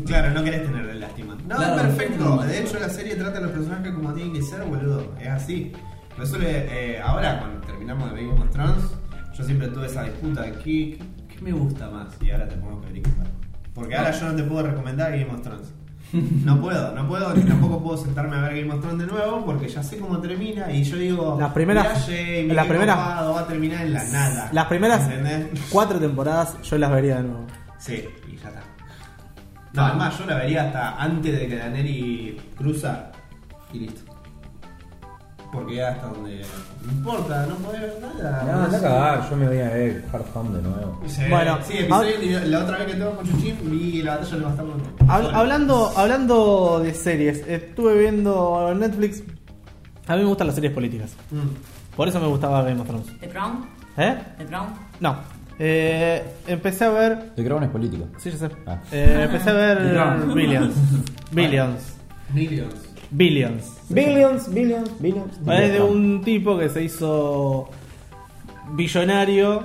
Claro, no querés tenerle lástima. No,
Claro,
es perfecto.
no, no.
de hecho, la serie trata a los personajes como tienen que ser, boludo. Es así. Por eso, le- eh, ahora, cuando terminamos de Breaking of Thrones, yo siempre tuve esa disputa de qué, qué me gusta más. Y ahora te pongo que Breaking Bad. Porque ahora yo no te puedo recomendar Game of Thrones. No puedo, no puedo, ni tampoco puedo sentarme a ver Game of Thrones de nuevo porque ya sé cómo termina y yo digo,
Las primeras-
"Mirá, Jamie,
las
qué
primeras-
copado, va a terminar en la
Ah,
nada.
Las primeras
¿Entendés?
cuatro temporadas yo las vería de nuevo.
Sí, y ya está. No, es más, yo la vería hasta antes de que Daneri cruza y listo. Porque ya hasta donde. No importa, no podés ver nada.
No, anda a
sé.
cagar, Ah, yo me voy a ver Hard Home de nuevo.
Sí,
Bueno,
sí, episodio individual. la otra vez que estuve con Chuchín vi la batalla del bastardo.
Hab- hablando, hablando de series, estuve viendo Netflix. A mí me gustan las series políticas.
Mm.
Por eso me gustaba Game of Thrones.
The Crown,
¿Eh?
The Crown.
No. Eh, empecé a ver.
The Crown es político.
Sí, ya sé.
Ah.
Eh, empecé a ver
No.
Billions. Billions.
Millions.
Billions.
Billions, billions, billions.
Es de un tipo que se hizo billonario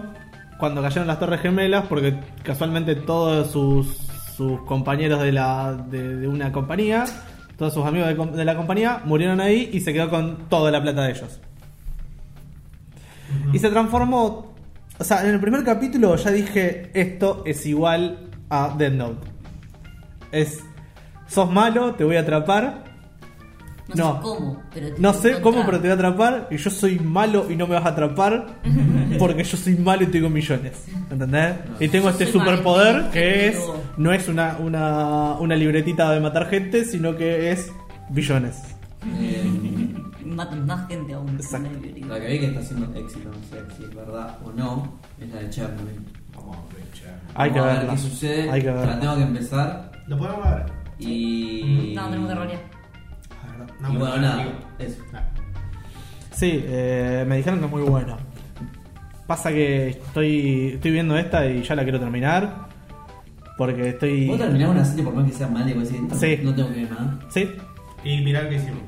cuando cayeron las Torres Gemelas, porque casualmente todos sus, sus compañeros de, la, de, de una compañía, todos sus amigos de, com- de la compañía, murieron ahí y se quedó con toda la plata de ellos. Y se transformó. O sea, en el primer capítulo ya dije: Esto es igual a Dead Note. Es. Sos malo, te voy a atrapar.
No,
No.
sé cómo, pero te
No sé
encontrar.
cómo, pero te voy a atrapar. Y yo soy malo y no me vas a atrapar. Porque yo soy malo y tengo millones. ¿Entendés? Y tengo
Yo
este
soy
superpoder
malísimo,
que es.
pero-
No es una, una, una libretita de matar gente, sino que es billones.
Eh,
Matan más gente aún.
Exacto.
la que vi que está haciendo éxito, no sé si es verdad o no, es la de Chernobyl.
Vamos a aprovechar.
Hay que
Vamos a ver
verla.
qué sucede.
Hay que
La
verla.
tengo que empezar.
Lo podemos ver.
Y.
No, tenemos que rolear.
Ah, verdad.
y
pero
bueno,
no,
nada.
digo.
Eso.
Ah.
Sí, eh, me dijeron que es muy bueno. Pasa que estoy, estoy viendo esta y ya la quiero terminar. Porque estoy.
Vos terminás una serie por más que sea mal y vos decís, "No,
Sí.
no tengo que ver nada.
Sí,
Y mirá qué hicimos.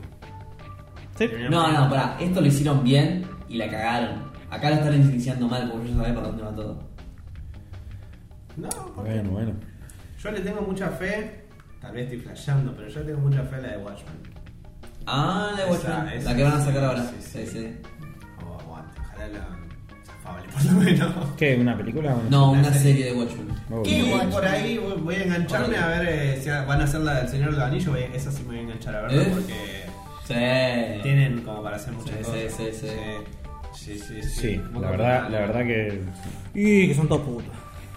sí.
No, no, pará, esto lo hicieron bien y la cagaron. Acá lo están iniciando mal porque yo ya sabía para dónde va todo.
No, ¿por qué?
Bueno, bueno.
Yo le tengo mucha fe. Tal vez estoy flasheando, pero yo le tengo mucha fe a la de Watchmen.
Ah, la de
Esa,
Watchmen.
esa,
la que van a sacar
sí,
ahora.
sí, sí.
Sí, sí.
Oh, aguante, ojalá la zafable por lo menos.
¿Qué? ¿Una película? o
No,
Una
una serie de Watchmen.
Oh,
¿Qué?
Y
Watchmen.
por ahí voy- voy a engancharme a ver eh, si van a hacer la del Señor de los Anillos. voy- Esa sí me voy a enganchar a verla
¿Eh?
porque
Sí.
tienen como para hacer muchas
Sí,
cosas.
sí, sí, sí.
sí. Sí, sí,
Sí,
¿Vos
la
qué
verdad,
opinás?
la verdad que
Y que son todos putos.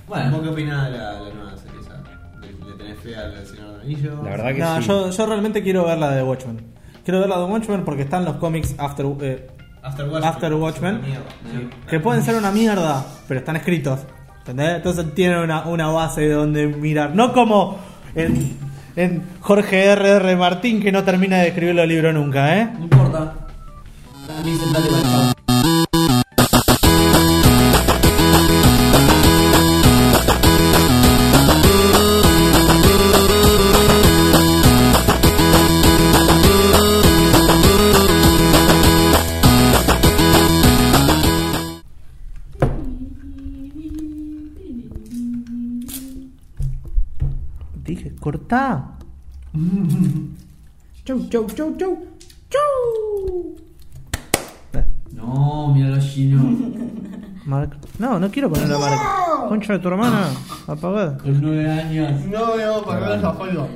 Bueno,
¿Vos qué opinás de la, la nueva serie esa? ¿Le, le tenés fe al Señor de los Anillos?
La verdad que
No,
sí.
yo, yo realmente quiero ver la de Watchmen. Quiero ver la de Watchmen porque están los cómics After, eh,
After Watchmen.
After Watchmen.
Es una mierda, sí.
que pueden ser una mierda, pero están escritos. ¿Entendés? Entonces tienen una, una base de donde mirar. No como en, en Jorge R.R. Martín que no termina de escribir los libros nunca, ¿eh?
no importa. A mí se me da igual, chao.
Dije, cortá. chau, chau, chau, chau. Chau. Eh,
No, mira los chinos.
Marca. No, no quiero poner la marca. Concha de tu hermana. Apagada.
Los nueve años.
No veo para ver los juegos.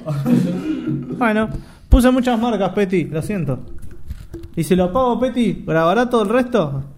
Bueno, puse muchas marcas, Peti, lo siento. Y si lo apago, Peti, ¿grabará todo el resto?